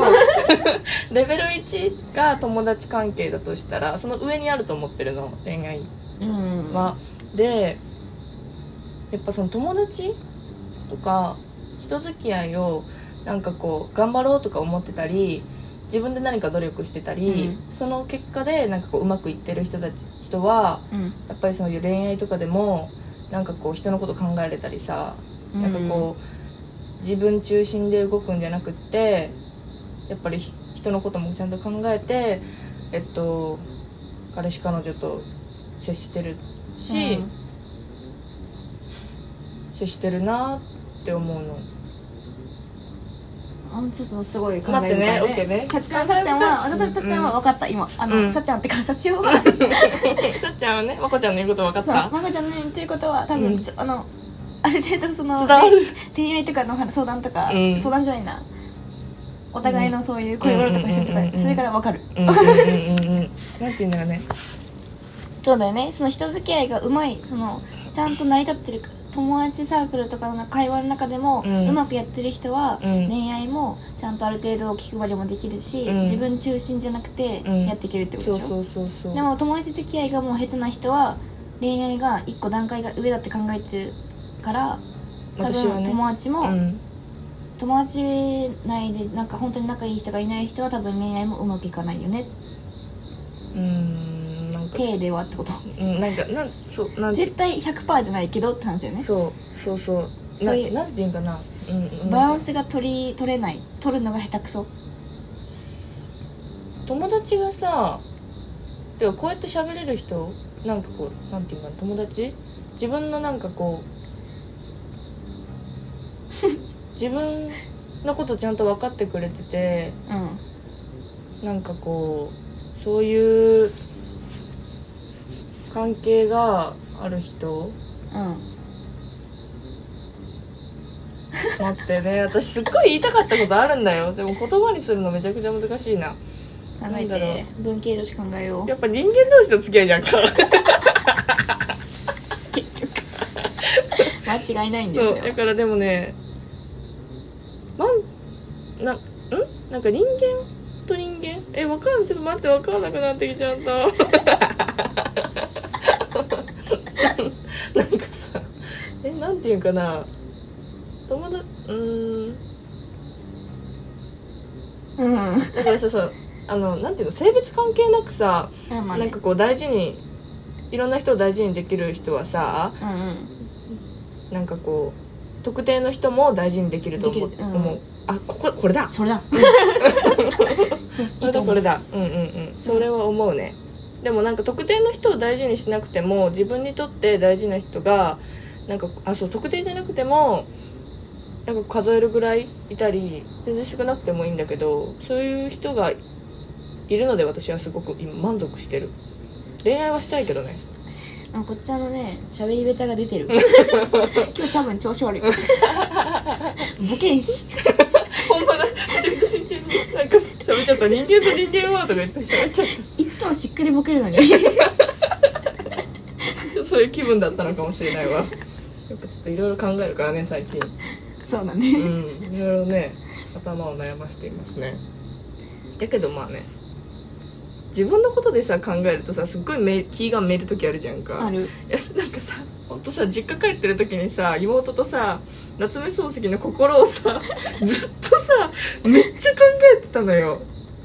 B: レベル1が友達関係だとしたらその上にあると思ってるの恋愛
A: うんう ん
B: は。でやっぱその友達とか人付き合いをなんかこう頑張ろうとか思ってたり自分で何か努力してたり、その結果でなんかこううまくいってる人たち人は
A: うん
B: やっぱりそういう恋愛とかでもなんかこう人のこと考えれたりさ、なんかこう自分中心で動くんじゃなくってやっぱりひ人のこともちゃんと考えてえっと彼氏彼女と接してるし、
A: うん
B: 接してるなって思うの
A: あちょっとすごい考
B: 待っ
A: える
B: てね
A: か
B: オ
A: ら
B: ッケーね
A: さっちゃんさっちゃんは私はさっちゃんは分かった今あの、
B: うん
A: さっちゃんってかさっちゃんはそ
B: さっちゃんはねまこちゃんの言うこと分かっ
A: う
B: た
A: まこちゃんの言ってることは多
B: う
A: 分
B: ん
A: ちょあのある程度その
B: 伝わる
A: 恋愛とかの相談とか、
B: うん
A: 相談じゃないなお互いのそういう恋心とかしてると
B: うんうんうんう
A: か
B: ん
A: それから分かる
B: うんうんうんうんうんなんて言うんだろうね
A: そうだよねその人付き合いがうまいそのちゃんと成り立ってる友達サークルとかの会話の中でも、
B: う
A: うんまくやってる人は、
B: うん
A: 恋愛もちゃんとある程度気配りもできるし、
B: うん
A: 自分中心じゃなくて
B: うん
A: やっていけるってこと
B: そ
A: でし
B: う
A: ょ、
B: そうそうそう
A: でも友達付き合いがもう下手な人は恋愛が一個段階が上だって考えてるから多
B: 私は
A: 分
B: ね
A: 友達も、
B: うん
A: 友達内でなんか本当に仲いい人がいない人は多分恋愛もうまくいかないよね
B: うんなんか
A: 手ではってこと
B: うんなんかなんそうなん
A: 絶対100%じゃないけどって話だよね
B: そうそうそう
A: そういう
B: ななんていうんかな、うんうん、
A: バランスが取り取れない取るのが下手くそ
B: 友達がさてかこうやって喋れる人なんかこうなんていうかな友達自分のなんかこう自分のことちゃんと分かってくれてて
A: うん
B: なんかこうそういう関係がある人
A: うん
B: 待ってね私すっごい言いたかったことあるんだよでも言葉にするのめちゃくちゃ難しいな
A: 考
B: な
A: え
B: んだろ
A: て文系女子考えよ
B: やっぱ人間同士の付き合いじゃんか
A: う間違いないんです
B: そう
A: よ
B: だからでもねまんなんんなんか人間と人間えわかんちょっと待ってわかんなくなってきちゃった なんかさえなんていうかな友達うーん
A: うん
B: だからさそうあのなんていうの性別関係なくさ
A: まあ
B: なん
A: ね
B: かこう大事にいろんな人を大事にできる人はさ
A: うんうん
B: なんかこう特定の人も大事にできると思う,、
A: できるうん
B: 思うあこここれだ
A: それ だいいと思
B: こ
A: う
B: れだうんうんうんそれは思うね、でもなんか特定の人を大事にしなくても自分にとって大事な人がなんかあそう特定じゃなくてもなんか数えるぐらいいたり全然少なくてもいいんだけどそういう人がいるので私はすごく今満足してる恋愛はしたいけどね
A: あこっちあのね喋り下手が出 てる今日多分調子悪いボケんし
B: ほんまだめちゃくちゃ真剣になんか喋っちゃった人間と人間はとか言って喋っちゃっ
A: いっつもしっくりボケるの に
B: た そういう気分だったのかもしれないわやっぱちょっといろいろ考えるからね最近
A: そうだ
B: う
A: ね
B: んいろいろね頭を悩ましていますねだけどまあね自分のことでさ考えるとさすっごいめ気がめる時あるじゃんか
A: ある
B: いやなんかさほんとさ実家帰ってる時にさ妹とさ夏目漱石の心 をさずっとさめっちゃ考えてたのよ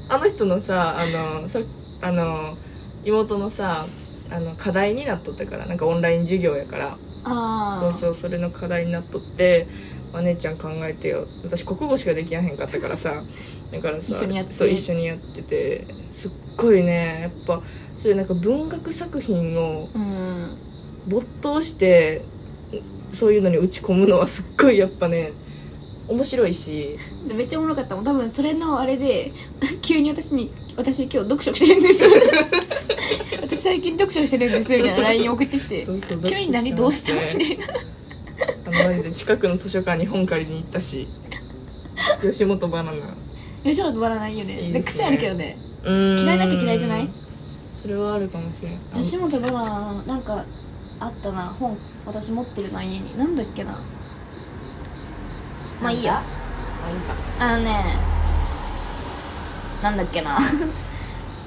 B: あの人のさあのさあの妹のさあの課題になっとったからなんかオンライン授業やから
A: あ
B: そ
A: あ
B: うそうそれの課題になっとって、まあ、姉ちゃん考えてよ私国語しかできやへんかったか らさだからさ
A: 一緒にやって
B: そう一緒にやっててすっごいねやっぱそういうなんか文学作品を
A: うん
B: 没頭してそういうのに打ち込むのはすっごいやっぱね面白いし
A: でめっちゃおもろかったもん多分それのあれで 急に私に「私今日読書してるんです」 「私最近読書してるんです」みたいな LINE 送ってきて
B: そうそ
A: 「
B: う
A: 急に何どうした?」みたいな
B: あのマジで近くの図書館に本借りに行ったし吉本バナナ
A: 吉本バラないよね
B: いい
A: で
B: です
A: 癖
B: ね
A: あるけどね
B: 嫌
A: 嫌いな人嫌いじゃない
B: それはあるかもしれんあの
A: 吉本バナナなんかあったな本私持ってるな家になんだっけなまあいいや
B: あいいか
A: あのねなんだっけな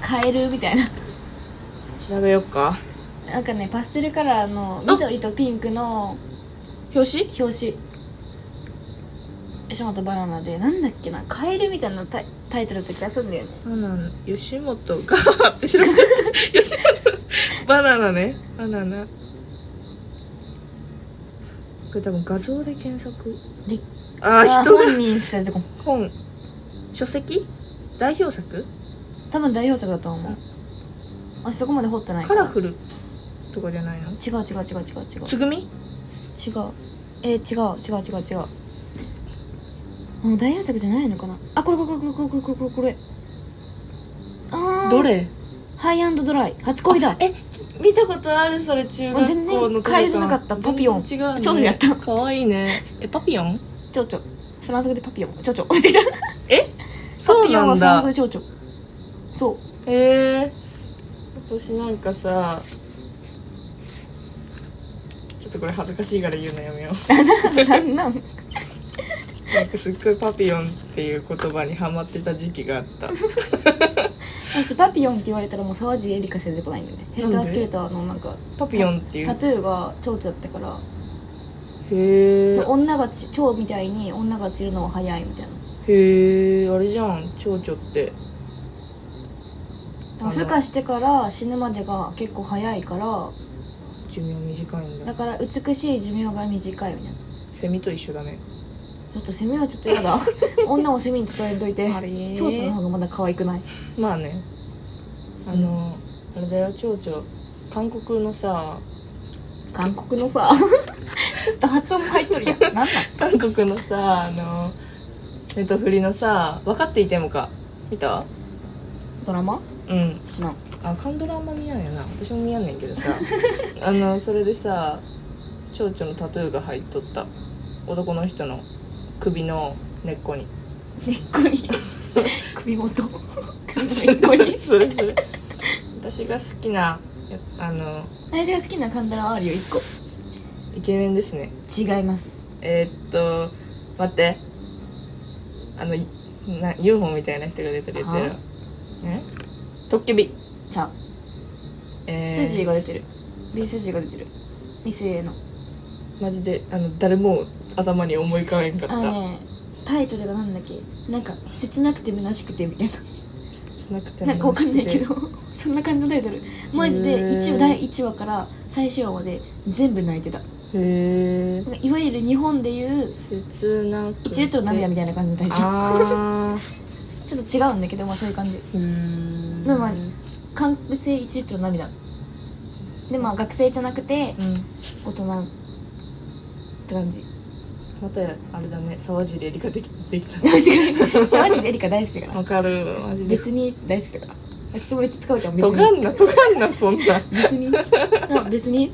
A: カエルみたいな
B: 調べよっか
A: なんかねパステルカラーの緑とピンクの
B: 表紙
A: 表紙吉本バナナでなんだっけなカエルみたいなタイタイトルだった気がするんだよね
B: バナナ吉本がって調べ ちゃった吉本バナナねバナナこれ多分画像で検索
A: で
B: あー
A: ー
B: 人が
A: 本人しか出てこない
B: 本書籍代表作
A: 多分代表作だと思う私そこまで掘ってない
B: カ
A: から
B: ラフルとかじゃないの
A: 違う違う違う違う違う
B: つぐみ
A: 違うえー、違う違う違う違うもう代表作じゃないのかなあこれこれこれこれこれこれこれこれあー
B: れ
A: ハイアンドドライ初恋だ
B: えき見たことあるそれ中学校
A: 全然
B: の
A: カエルじゃなかったパピヨン
B: 全然違う、ね、
A: 蝶々やった
B: かわいいねえパピヨン
A: ちょうちょフランス語でパピヨンちょう ちょ出てきた
B: そ
A: パ
B: うなんだ
A: ピヨンはフランス語でちょうちょそう
B: へえ私なんかさちょっとこれ恥ずかしいから言うのやめよ
A: な
B: う
A: んなん
B: なんかすっごいパピヨンっていう言葉にハマってた時期があった
A: 私パピヨンって言われたらもう沢尻エリカしか出てこないんだよねヘルタースケルターのなんか
B: パピヨンってい
A: タ
B: う
A: トゥーが蝶々だったから、
B: へ
A: そう女がち蝶みたいに女が散るのは早いみたいな
B: えへえあれじゃん蝶々って
A: だから孵化してから死ぬまでが結構早いから
B: 寿命短いん
A: だ
B: だ
A: から美しい寿命が短いみたいな
B: セミと一緒だね
A: ちょっとセミはちょっと嫌だ女をセミに例えんといて
B: あれ
A: 蝶々の方がまだ可愛くない
B: まあねあの、あれだよ蝶々韓国のさ
A: 韓国のさ ちょっと発音も入っとるやんなんなん
B: 韓国のさあのネトフリのさ「分かっていてもか」見た
A: ドラマ
B: うん
A: 知らん
B: あカンドラあんま見ないよな私も見やんねんけど さあのそれでさ蝶々のタトゥーが入っとった男の人の首の根っこに
A: 根っこ に首元首の根っこに
B: それそれ私が好きなやあの
A: 私が好きなカンダラあるよ1個
B: イケメンですね
A: 違います
B: えーっと待ってあのいな UFO みたいな人が出てるやつやろ
A: は
B: えトッケビ、
A: ちゃう
B: えー
A: 筋が出てる B 筋が出てる店への
B: マジであの誰も頭に思い浮かべんかっ
A: あ
B: た、
A: のねタイトルがなんだっけなんか切なくて虚しくてみたい
B: 切なくて
A: な
B: も
A: なんかわかんないけど そんな感じのタイトルマジ
B: へ
A: で
B: ー
A: 一話第1話から最終話まで全部泣いてた
B: へえ
A: なんかいわゆる日本でいう
B: 切なく
A: 1リットルの涙みたいな感じの大丈
B: あー
A: 夫ちょっと違うんだけど、まあ、そういう感じ
B: うーん
A: でもまあ韓国製1リットルの涙でまあ学生じゃなくて
B: うん
A: 大人って感じ
B: またあれだね沢尻エリカできでき た
A: 間違えたそうマジでエリカ大好きだから
B: わかるマジで
A: 別に大好きだから私もめっちゃ使うじゃん別
B: とが
A: に
B: んなとがんなそんな
A: 別に あ別に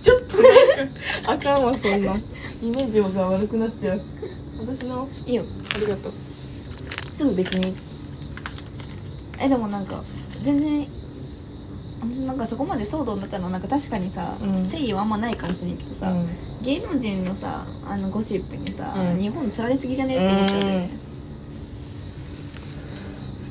B: ちょっとなんかあかんわそんなイメージが悪くなっちゃう私の
A: いいよ
B: ありがとう
A: すぐ別にえでもなんか全然私なんかそこまで騒動になったのはなんか確かにさ、
B: うん
A: 誠意はあんまないかもしれないけどさ、
B: うん
A: 芸能人のさあのゴシップにさ、
B: うん
A: 日本釣られすぎじゃねって思っちゃうんだよね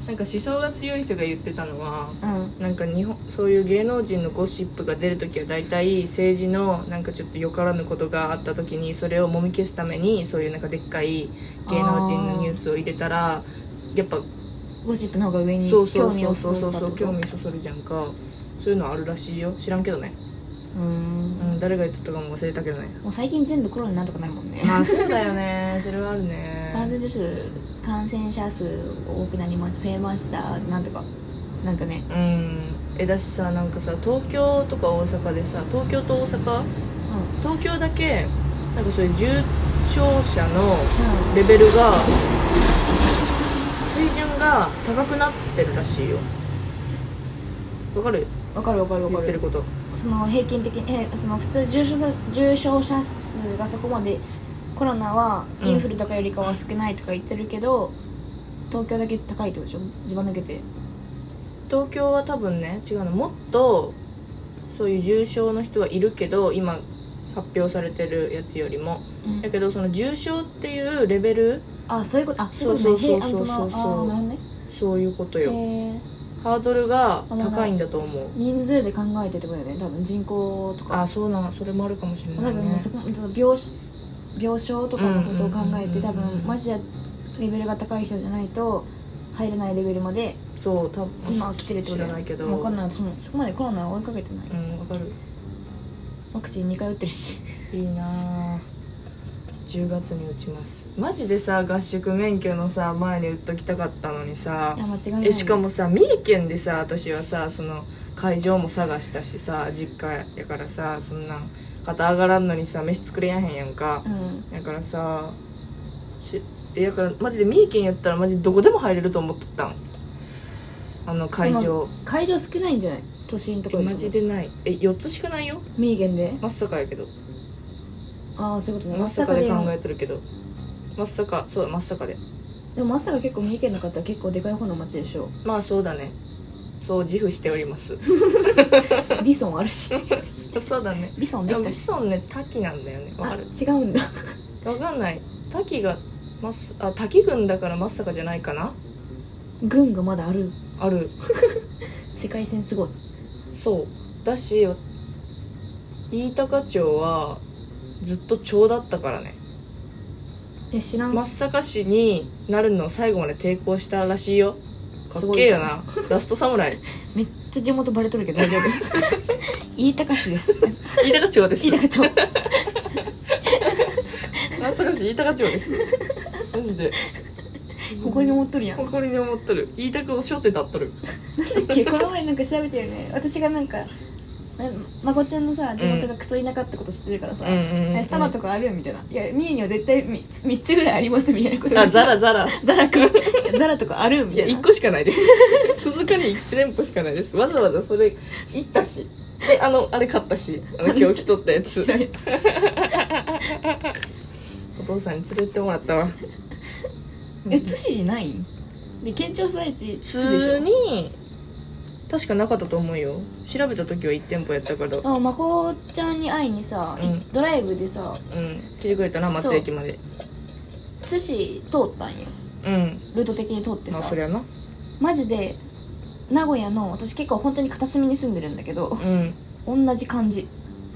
B: なんか思想が強い人が言ってたのは
A: うん
B: なんか日本そういう芸能人のゴシップが出るときは大体政治のなんかちょっとよからぬことがあったときにそれをもみ消すためにそういうなんかでっかい芸能人のニュースを入れたらやっぱ
A: ゴシップの方が上に
B: そうそ
A: 興
B: う
A: 味
B: そ
A: を
B: うそう
A: そ
B: そう
A: う
B: そう興味そそるじゃんかそういうのあるらしいよ知らんけどね、
A: うー
B: うんん、誰が言ってたかも忘れたけどね
A: もう最近全部コロナなんとかなるもんね
B: あそうだよねそれはあるね
A: 感染者数感染者数多くなりま増えましたなんとかなんかね
B: うんえだしさなんかさ東京とか大阪でさ東京と大
A: う
B: 阪
A: ん
B: 東京だけなんかそういう重症者のレベルが水準が高くなってるらしいよわかる
A: わかるわかるわ
B: 言
A: か
B: ってる
A: る
B: こと
A: その平均的にえその普通重症者重症者数がそこまでコロナは
B: うん
A: インフルとかよりかは少ないとか言ってるけど、東京だけ高いってことでしょずば抜けて
B: 東京は多分ね違うのもっとそういう重症の人はいるけど今発表されてるやつよりも
A: うん
B: だけどその重症っていうレベル
A: あそういうことあそういうことね
B: そうそう
A: へあ
B: そう
A: のそ
B: そ
A: うのあ
B: そう
A: ーなるほどね
B: そういうこと
A: へ
B: よ
A: ー
B: ハードルが高いんだと思う
A: 人数で考えてってことだよね多分人口とか
B: あそうなんそれもあるかもしれな
A: 多
B: い
A: 分も
B: ね
A: うそこその病し病床とかのことを考えて
B: うんうんうんうん
A: 多分マジでレベルが高い人じゃないと入れないレベルまで
B: そう多分
A: 今は来てるってことだよ
B: 知らないけど
A: 分かんない私もそこまでコロナは追いかけてない、
B: うんわかる
A: ワクチン2回打ってるし
B: いいなあ10月に打ちますマジでさ合宿免許のさ前に打っときたかったのにさ
A: いや間違いない
B: えしかもさ三重県でさ私はさその会場も探したしさ実家やからさそんなん肩上がらんのにさ飯作れやへんやんか
A: うん
B: だからさしえやからマジで三重県やったらマジどこでも入れると思っとったんあの会
A: で
B: 場
A: 会場少ないんじゃない都心と
B: え
A: かより
B: マジでないえ4つしかないよ
A: 三重県で
B: まっさかやけど
A: ああそういうことね
B: まっさかで考
A: で
B: えてるけどまっさかそうまっさかで
A: でもまさか結構三重県の方は結構でかい方の町でしょ
B: まあそうだねそう自負しております
A: ビソンあるし
B: そうだね
A: ビソン
B: で
A: で
B: も
A: き
B: ビ
A: たし
B: ソンね滝なんだよねわか
A: あ
B: る
A: 違うんだ
B: わかんない滝がまっすあ滝軍だからまっさかじゃないかな
A: 軍がまだある
B: ある
A: 世界戦すごい
B: そうだし飯高町はずっと町だったからね
A: え知らん
B: まっさか市になるのを最後まで抵抗したらしいよかっけえよなラストサムライ
A: めっちゃ地元バレとるけど大丈 夫飯高市です
B: 飯高町 です
A: 飯高町
B: まさかし飯高町ですマジで
A: 誇りに持っとるやん
B: 誇りに思っとる飯高をしょって立っとる
A: 結構前なんか調べてよね私がなんかなまこちゃんのさ地元がクソ田舎ってこと知ってるからさ、
B: うんうんうんうん
A: えスタバとかあるよみたいな「いや三重には絶対 3, つぐらいあります」みたいなこと
B: あザラザラ
A: ザラくんいやザラとかあるみ
B: い
A: た
B: や
A: いな
B: 1個しかないです鈴鹿に1店舗しかないですわざわざそれ行ったしであのあれ買ったしあの今日着とったや つ
A: 白いやつ
B: お父さんに連れてもらったわ
A: え津市にないんで県庁所在地
B: 普
A: 津でし
B: 通
A: ょ
B: に確かなかったと思うよ調べた時は1店舗やったから
A: あまこちゃんに会いにさ、い
B: うん
A: ドライブでさ
B: うん来てくれたな松駅まで
A: 津市通ったんよ
B: うん
A: ルート的に通って
B: ま
A: さ
B: あそりゃな
A: マジで名古屋の私結構本当に片隅に住んでるんだけど
B: うん
A: 同じ感じ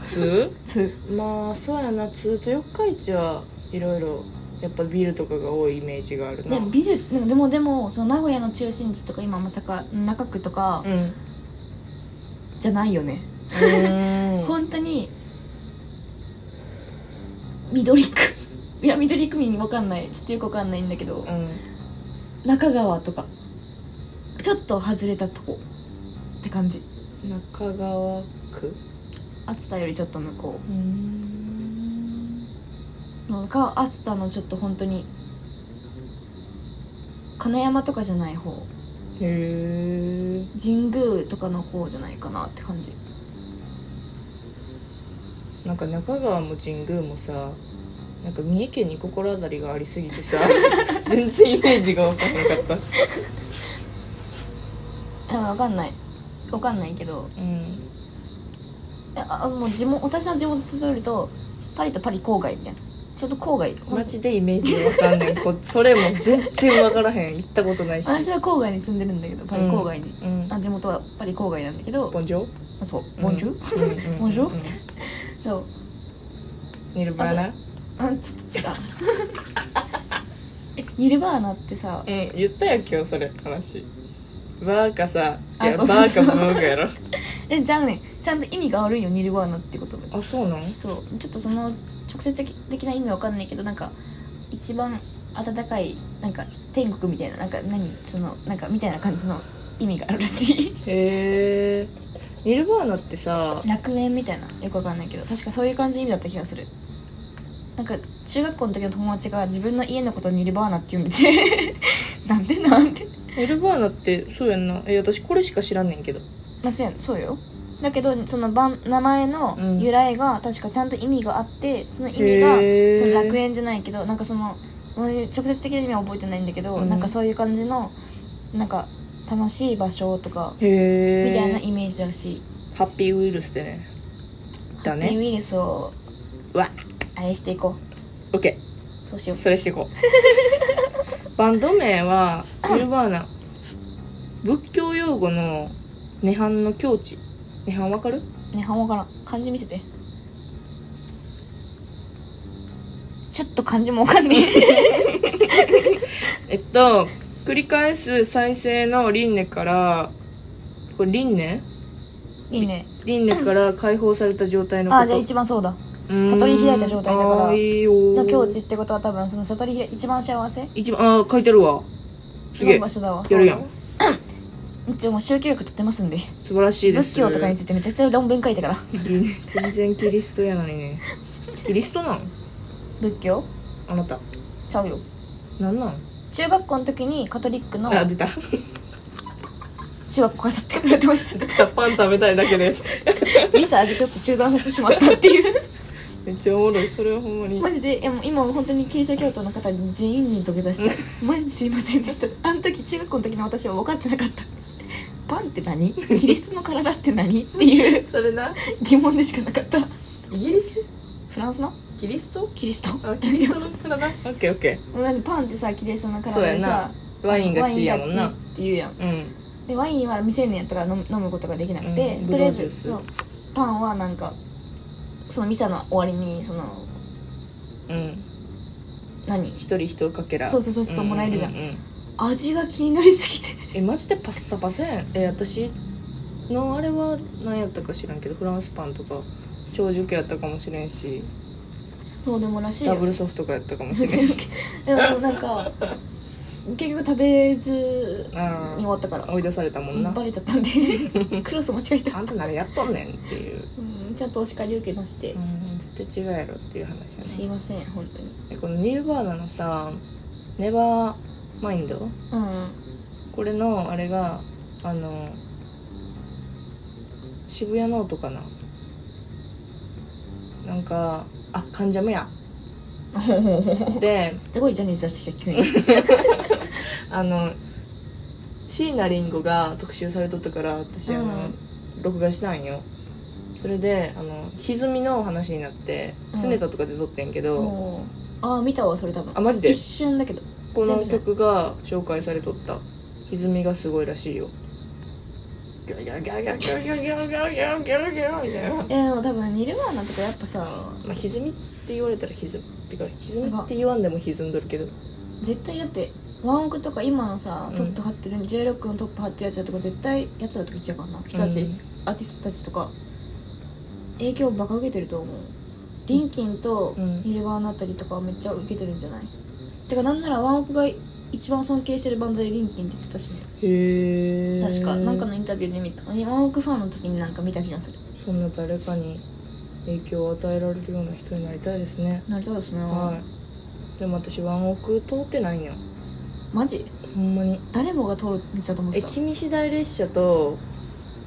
B: 通
A: つ
B: まあそうやな通と四日市はいろいろやっぱビルとかが多いイメージがあるな
A: でビルなんかでもでもその名古屋の中心地とか今まさか中区とか
B: うん
A: じゃないよね、
B: うん
A: 本当に緑区いや緑区民わかんないちょっとよくわかんないんだけど、中川とかちょっと外れたとこって感じ
B: 中川区
A: 熱田よりちょっと向こ
B: うん
A: うのか熱田のちょっと本当に金山とかじゃない方
B: へえ
A: 神宮とかの方じゃないかなって感じ
B: なんか中川も神宮もさなんか三重県に心当たりがありすぎて さ全然イメージが分からなかっ
A: あわかんないわかんないけど
B: たうん
A: いやあもう地元私の地元とするとパリとパリ郊外みたいなちょっと郊外
B: マジでイメージが分かんないこそれも全然分からへん行ったことないし
A: 私は郊外に住んでるんだけどパリ郊外に、
B: うん
A: あ地元はパリ郊外なんだけど
B: ボンジョ
A: そうボンジュ、
B: ュ
A: ボンジョそう
B: ニルバーナ
A: あちょっと違う えニルバーナってさ
B: うん言ったよ今日それ話バーかさ
A: あ
B: いや
A: そうそうそう
B: バーかブー かやろ
A: えじゃあねちゃんと意味があるんよニルバーナって言葉
B: あそうなん
A: そうちょっとその直接的的な意味わかんないけどなんか一番温かいなんか天国みたいななんか何そのなんかみたいな感じの意味があるらしい
B: へえニルバーナってさ
A: 楽園みたいなよくわかんないけど確かそういう感じの意味だった気がするなんか中学校の時の友達が自分の家のことをニルバーナって呼んでて なんでなんで
B: ニルバーナってそうやんなえ私これしか知らんねんけど
A: まあ、せやそうよだけどそのばん名前の
B: うん
A: 由来が確かちゃんと意味があってその意味が
B: へー
A: その楽園じゃないけどなんかそのもう直接的な意味は覚えてないんだけど、
B: うん
A: なんかそういう感じのなんか楽しい場所とか
B: へえ
A: みたいなイメージだし、
B: ハッピーウイルスでねだ
A: ハッピー
B: ね
A: ウイルスを
B: うわ
A: あれしていこ
B: オッケ
A: うそうしよ
B: ーそれしていこ うバンド名はニルバーナ仏教用語の涅槃の境地涅槃わかる
A: うねはわからん漢字見せてちょっと漢字もわか んねえ
B: えっと繰り返す再生の輪廻からこれ輪廻
A: いいね
B: 輪廻から解放された状態のこと
A: あじゃあ一番そうだ
B: うん
A: 悟り開いた状態だから
B: あーいいよ
A: の境地ってことは多分その悟りひら一番幸せ
B: 一番あー書いてるわすげ
A: の
B: え
A: 場所だわ
B: やるやん
A: そうだわ一応もう宗教力取ってますんで
B: 素晴らしいです
A: 仏教とかについてめちゃくちゃ論文書いたから
B: 全然キリストやのにねキリストなん
A: 仏教
B: あなた
A: ちゃうよ
B: なんなん
A: 中学校の時にカトリックの
B: あ出た
A: 中学校から取ってくれてま した
B: パン食べたいだけです
A: ミサでちょっと中断させてしまったっていう
B: めっちゃおもろいそれはほんまに
A: マジでいやもう今本当にキリスト教徒の方全員に土下座 してマジですいませんでしたあの時中学校の時の私は分かってなかったパンって何キリストの体って何っていう
B: それな
A: 疑問でしかなかった
B: イギリス
A: フランスの
B: キリスト
A: キリスト
B: あキリストの 体オッケーオッケ
A: だってパンってさ綺麗そうな
B: そう
A: 体
B: や
A: で
B: な
A: さ
B: ーワインが血やもん
A: ワイン
B: な
A: が血って言うやん
B: うん
A: でワインは未成年やったから飲む飲むことができなくて、
B: うん
A: とりあえ
B: ブドウ
A: ず
B: ジュース
A: そうパンはなんかそのミサの終わりにその
B: うん
A: 何
B: 一人一かけら
A: そうそうそうそうもらえるじゃん
B: うううん
A: 味が気になりすぎて
B: えマジでパッサパサやんえ私のあれは何やったか知らんけどフランスパンとか長寿系やったかもしれんし
A: そうでもらしい
B: ダ
A: よ
B: ブルソフトとかやったかもしれん し
A: でもなんか結局食べず
B: あ
A: に終
B: ー
A: わったから
B: 追い出されたもんな
A: バレちゃったんで クロス間違えた
B: あんた何やっとんねんっていう
A: うんちゃんとお叱り受けまして、
B: うん絶対違うやろっていう話や
A: すい
B: ね
A: ません本当に
B: でこのニルバーナのさ「ネバーマインド
A: うん」
B: これのあれがあの渋谷ノートかななんかあ関ジャ ムやです
A: ごいジャニーズ出してきた急に
B: あの椎名林檎が特集されとったから私あの、
A: うん
B: 録画したんよそれであの歪みの話になって
A: うん
B: 常田とかで撮ってんけど、
A: おーああ見たわそれ多分
B: あマジで
A: 一瞬だけど
B: この曲が紹介されとった歪みがすごいらしいよギャギャギャギャギャギャギャギャギャギャギャみたいな
A: えでも多分ニルワーナとかやっぱさ
B: まあ歪みって言われたら歪みか歪みって言わんでも歪んどるけど
A: 絶対だってワンオクとか今のさ
B: うん
A: トップ張ってる、16のトップ張ってるやつらとか絶対やつらとか言っちゃうからな人たち、
B: うん
A: アーティストたちとか影響バカ受けてると思うリンキンと
B: うん
A: ニルバーナあたりとかはめっちゃ受けてるんじゃない、てかなんならワンオクが一番尊敬してるバンドでリンキンって言ってたしね
B: へえ
A: 確かなんかのインタビューで見たワンオクファンの時になんか見た気がする
B: そんな誰かに影響を与えられるような人になりたいですね
A: なりそうですね、
B: はいでも私ワンオク通ってないんや
A: マジ
B: ほんまに
A: 誰もが通る道だと思ってた
B: 駅見次第列車と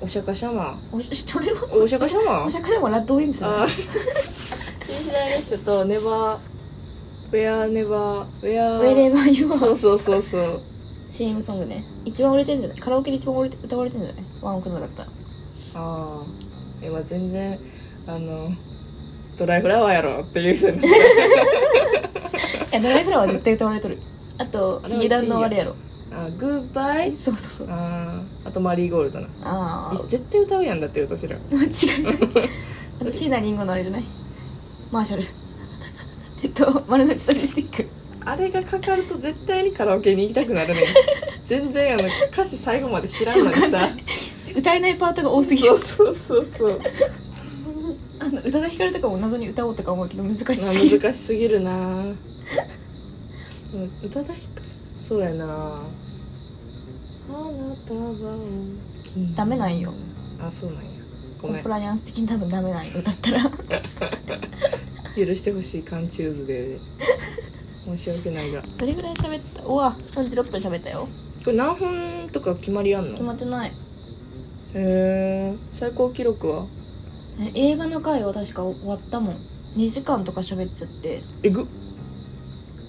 B: お釈迦様
A: おしそれは
B: お釈迦様
A: おしゃくでもラッドウィンプスだね
B: あー駅見次第列車とネバーウェアネバーウェア
A: ウェレバーユ
B: そ
A: ア
B: うそうそうそう
A: CM ソングね一番売れてんじゃないカラオケで一番売れて歌われてんじゃないワンオクのだったら
B: ああ今全然あのドライフラワーやろっていう人に なっ
A: いやドライフラワーは絶対歌われとるあと
B: あれは
A: 劇団のあれやろ
B: たあグッバイ
A: そうそうそう
B: あーあとマリーゴールドな
A: ああ
B: 絶対歌うやんだって 私ら
A: 間違いないあと椎名林檎のあれじゃないマーシャル えっと丸の内サディスティック
B: あれがかかると絶対にカラオケに行きたくな るね全然あの歌詞最後まで知らんのに
A: わ
B: さ
A: かん歌えないパートが多すぎる
B: そうそうそうそう
A: あの宇多田ヒカルとかも謎に歌おうとか思うけど難し
B: ます
A: ぎる
B: あ難しすぎるなぁうん宇多田ヒカルそうやなぁ花束を君
A: ダメなんよ
B: あそうなんやご
A: コ
B: め
A: ン
B: ん
A: プライアンス的に多分ダメない歌ったら
B: 許してほしい缶チュー ズで申し訳ないが
A: どれぐらい喋ったうわ36分喋ったよ
B: これ何本とか決まりあん
A: 決
B: の
A: まってない
B: へえ最高記録は
A: え映画の回は確か終わったもん2時間とか喋っちゃって
B: えぐ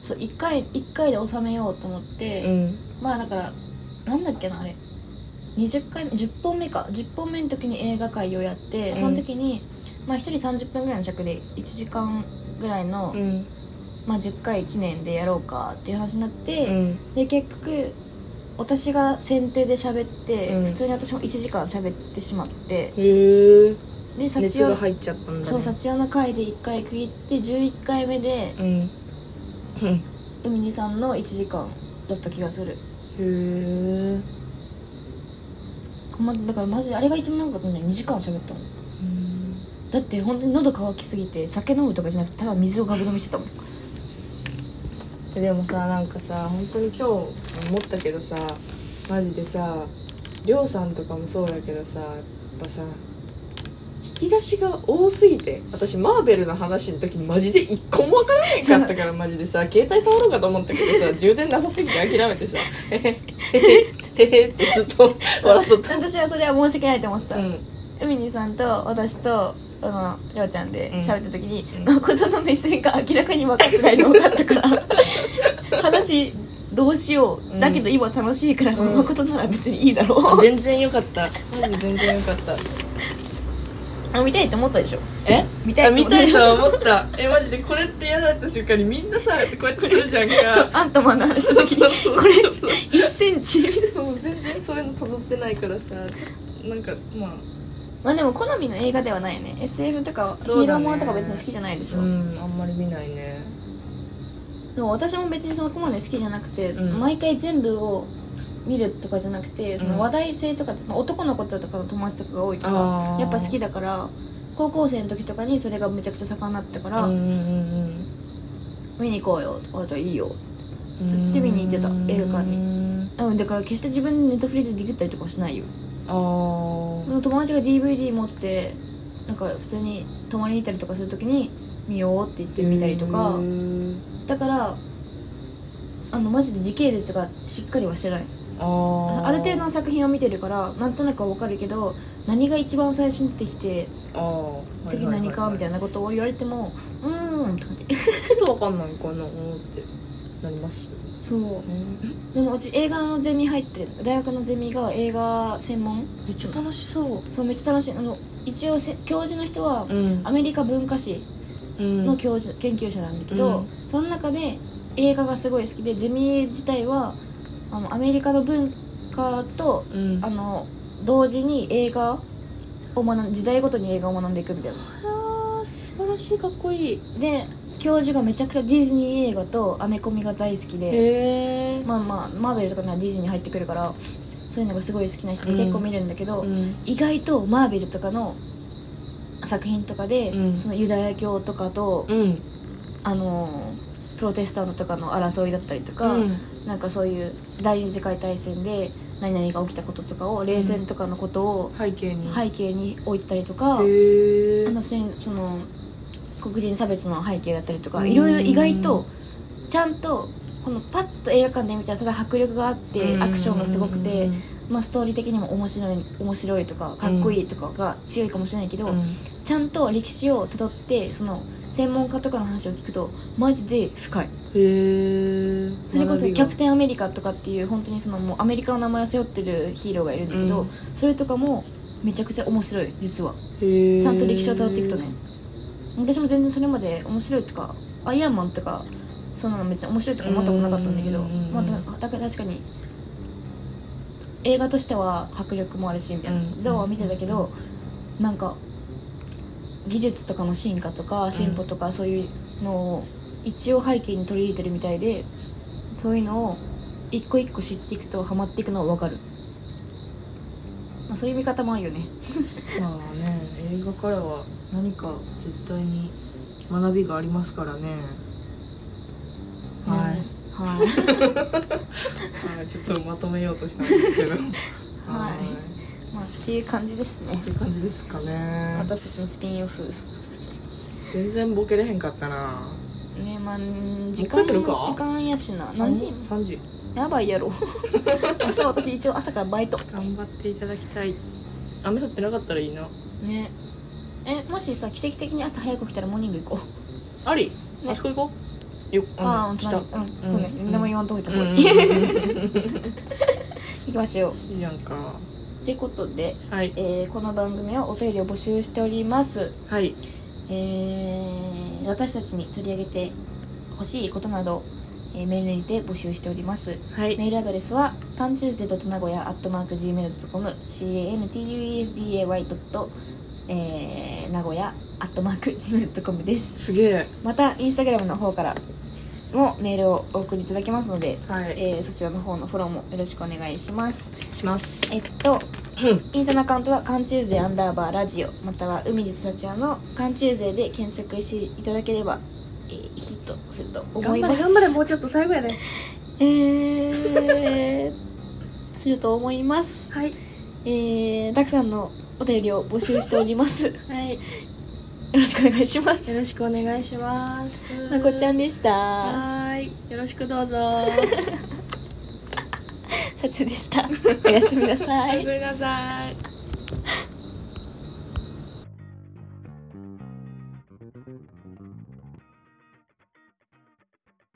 A: そう1回一回で収めようと思って、
B: うん
A: まあだからなんだっけなあれ20回目10本目か10本目の時に映画会をやって
B: うん
A: その時に、まあ1人30分ぐらいの尺で1時間ぐらいの、
B: うん
A: まあ、10回記念でやろうかっていう話になっ
B: う
A: て、
B: ん
A: で結局私が先手で喋って、
B: うん
A: 普通に私も1時間喋ってしまって
B: へえ
A: で幸
B: 熱が
A: 代
B: 入っちゃったんだね
A: そう幸代の回で1回区切って11回目で
B: うんうん
A: 海にさんの1時間だった気がする
B: へえ
A: まだからマジであれが一番長かったのに2時間喋ったもんだって本当に喉乾きすぎて酒飲むとかじゃなくてただ水をガブ飲みしてたもん
B: ででもさなんかさ本当に今日思ったけどさマジでさりょうさんとかもそうやけどさやっぱさ引き出しが多すぎて私マーベルの話の時にマジで一個もわからへんかったからマジでさ携帯触ろうかと思ったけどさ充電なさすぎて諦めてさ「えへへへへへ」ってずっと笑っとっ た。
A: 私はそれは申し訳ないと思ってた、
B: うん
A: 海にさんと私とあのりょうちゃんで喋った時に、
B: うん
A: 誠の目線が明らかに分かってないの分かったから 話どうしよう、
B: うん
A: だけど今楽しいから、
B: うん
A: 誠なら別にいいだろう、
B: 全然よかったマジ全然よかった
A: あ見たいって思ったでしょ
B: え
A: 見たい
B: あ
A: と思
B: 見
A: った
B: いとは思ったえマジでこれってやられた瞬間にみんなさこうやってするじゃん か
A: そうアントマンの話の時に
B: そうそうそう
A: これ1センチ
B: そう全然そういうの辿ってないからさなんかま
A: まあでも好みの映画ではないよね SF とかヒ
B: そう
A: ーロ
B: だ
A: ー
B: ね
A: ものとか別に好きじゃないでし
B: あ
A: ょ、
B: んあんまり見ないね
A: でも私も別にそこまで好きじゃなくて、
B: うん
A: 毎回全部を見るとかじゃなくてそ
B: うん
A: の話題性とか、まあ男の子とかの友達とかが多いと
B: あ
A: さ
B: ー
A: やっぱ好きだから高校生の時とかにそれがめちゃくちゃ盛んなったか
B: う
A: ら、
B: ん
A: 見に行こうよあじゃあいいよ
B: うん
A: ずっと見に行ってた映画館
B: に
A: うんだから決して自分でネットフリでディグったりとかはしないよ
B: あー
A: 友達が DVD 持っててなんか普通に泊まりに行ったりとかする時に見ようって言って見たりとか
B: うん
A: だからあのマジで時系列がしっかりはしてない
B: あー
A: ある程度の作品を見てるからなんとなくは分かるけど何が一番最初に出てきて
B: あー
A: 次何かみたい
B: な
A: なことを言われてもうーんって感じ
B: ちょっとわかんないかなってなります
A: そう
B: うん
A: でもうち映画のゼミ入ってる大学のゼミが映画専門
B: めっちゃ楽しそ
A: そうめっちゃ楽しいあの一応せ教授の人は
B: ううん
A: アメリカ文化史
B: うん
A: の教授、研究者なんだけど、その中で映画がすごい好きでゼミ自体はあのアメリカの文化と
B: うん
A: あの同時に映画を学ん時代ごとに映画を学んでいくみたいな
B: あー素晴らしいかっこいい
A: で教授がめちゃくちゃディズニー映画とアメコミが大好きで
B: へえ
A: まあまあマーベルとかならディズニー入ってくるからそういうのがすごい好きな人で結構見るんだけど、
B: うん
A: 意外とマーベルとかの作品とかで、
B: うん
A: そのユダヤ教とかと、
B: うん
A: あのプロテスタントとかの争いだったりとか、
B: うん
A: なんかそういう第二次世界大戦で何々が起きたこととかを冷戦とかのことを
B: 背景に
A: 背景に置いてたりとか、
B: へえ
A: あの普通にその黒人差別の背景だったりとか
B: うん
A: いろいろ意外とちゃんとこのパッと映画館で見たらただ迫力があってアクションがすごくて、まあ、ストーリー的にも面白い面白いとかかっこいいとかが強いかもしれないけど、
B: うん
A: ちゃんと歴史をたどってその専門家とかの話を聞くとマジで深い
B: へえ
A: それこそキャプテンアメリカとかっていう本当にそのもうアメリカの名前を背負ってるヒーローがいるんだけど、
B: うん
A: それとかもめちゃくちゃ面白い実は
B: ち
A: ちゃんと歴史をたどっていくとね私も全然それまで面白いとかアイアンマンとかそんなの別に面白いとか思ったことなかったんだけど、
B: うん
A: まあ、なんかだから確かに映画としては迫力もあるしみたいな
B: うん
A: では見てたけどなんか技術とかの進化とか進歩とかそういうのを一応背景に取り入れてるみたいでそういうのを一個一個知っていくとハマっていくのは分かる、まあ、そういう見方もあるよね
B: まあね映画からは何か絶対に学びがありますからねはい、
A: うんはい
B: はいちょっとまとめようとしたんです けどはい
A: まあ、っていう感じですね
B: って感じですかね
A: 私たちのスピンオフ
B: 全然ボケれへんかったな
A: ねまあ時
B: もう一回
A: 間
B: 撮るか
A: 時間やしな何時
B: 3時
A: やばいや ろ明日私一応朝からバイト
B: 頑張っていただきたい雨降ってなかったらいいな
A: ねえもしさ奇跡的に朝早く起きたらモーニング行こう
B: あり、
A: ね
B: あそこ行こうよ
A: ああ
B: の
A: ー
B: 下
A: 本当にうんそうね
B: うん
A: 名前言わんといた方
B: う
A: が
B: ん
A: いい 行きましょう
B: いいじゃんか
A: ってことで、
B: はい
A: えーこの番組はお便りを募集しております
B: はい
A: えー私たちに取り上げてほしいことなど、えーメールにて募集しております
B: はい
A: メールアドレスは cantuesday.nagoya.gmail.com cantuesday.nagoya.gmail.com です
B: すげえ
A: またインスタグラムの方からもメールをお送りいただけますので、
B: はい
A: えーそちらの方のフォローもよろしくお願いします
B: します
A: えっと
B: うん
A: インスタのアカウントは「カンチューズデーアンダーバーラジオ」または海地さちゃんの「カンチューズデー」で検索していただければ、えーヒットすると思います
B: 頑張れ頑張れもうちょっと最後やね
A: えー、すると思います、
B: はい
A: えー、たくさんのお便りを募集しておりますよ
B: はいよ
A: ろしくお願いします
B: ろしくお願いします
A: なこちゃんでした
B: はーいよろしくどうぞ
A: さちでしたおやすみなさ
B: お
A: い
B: やすみなさい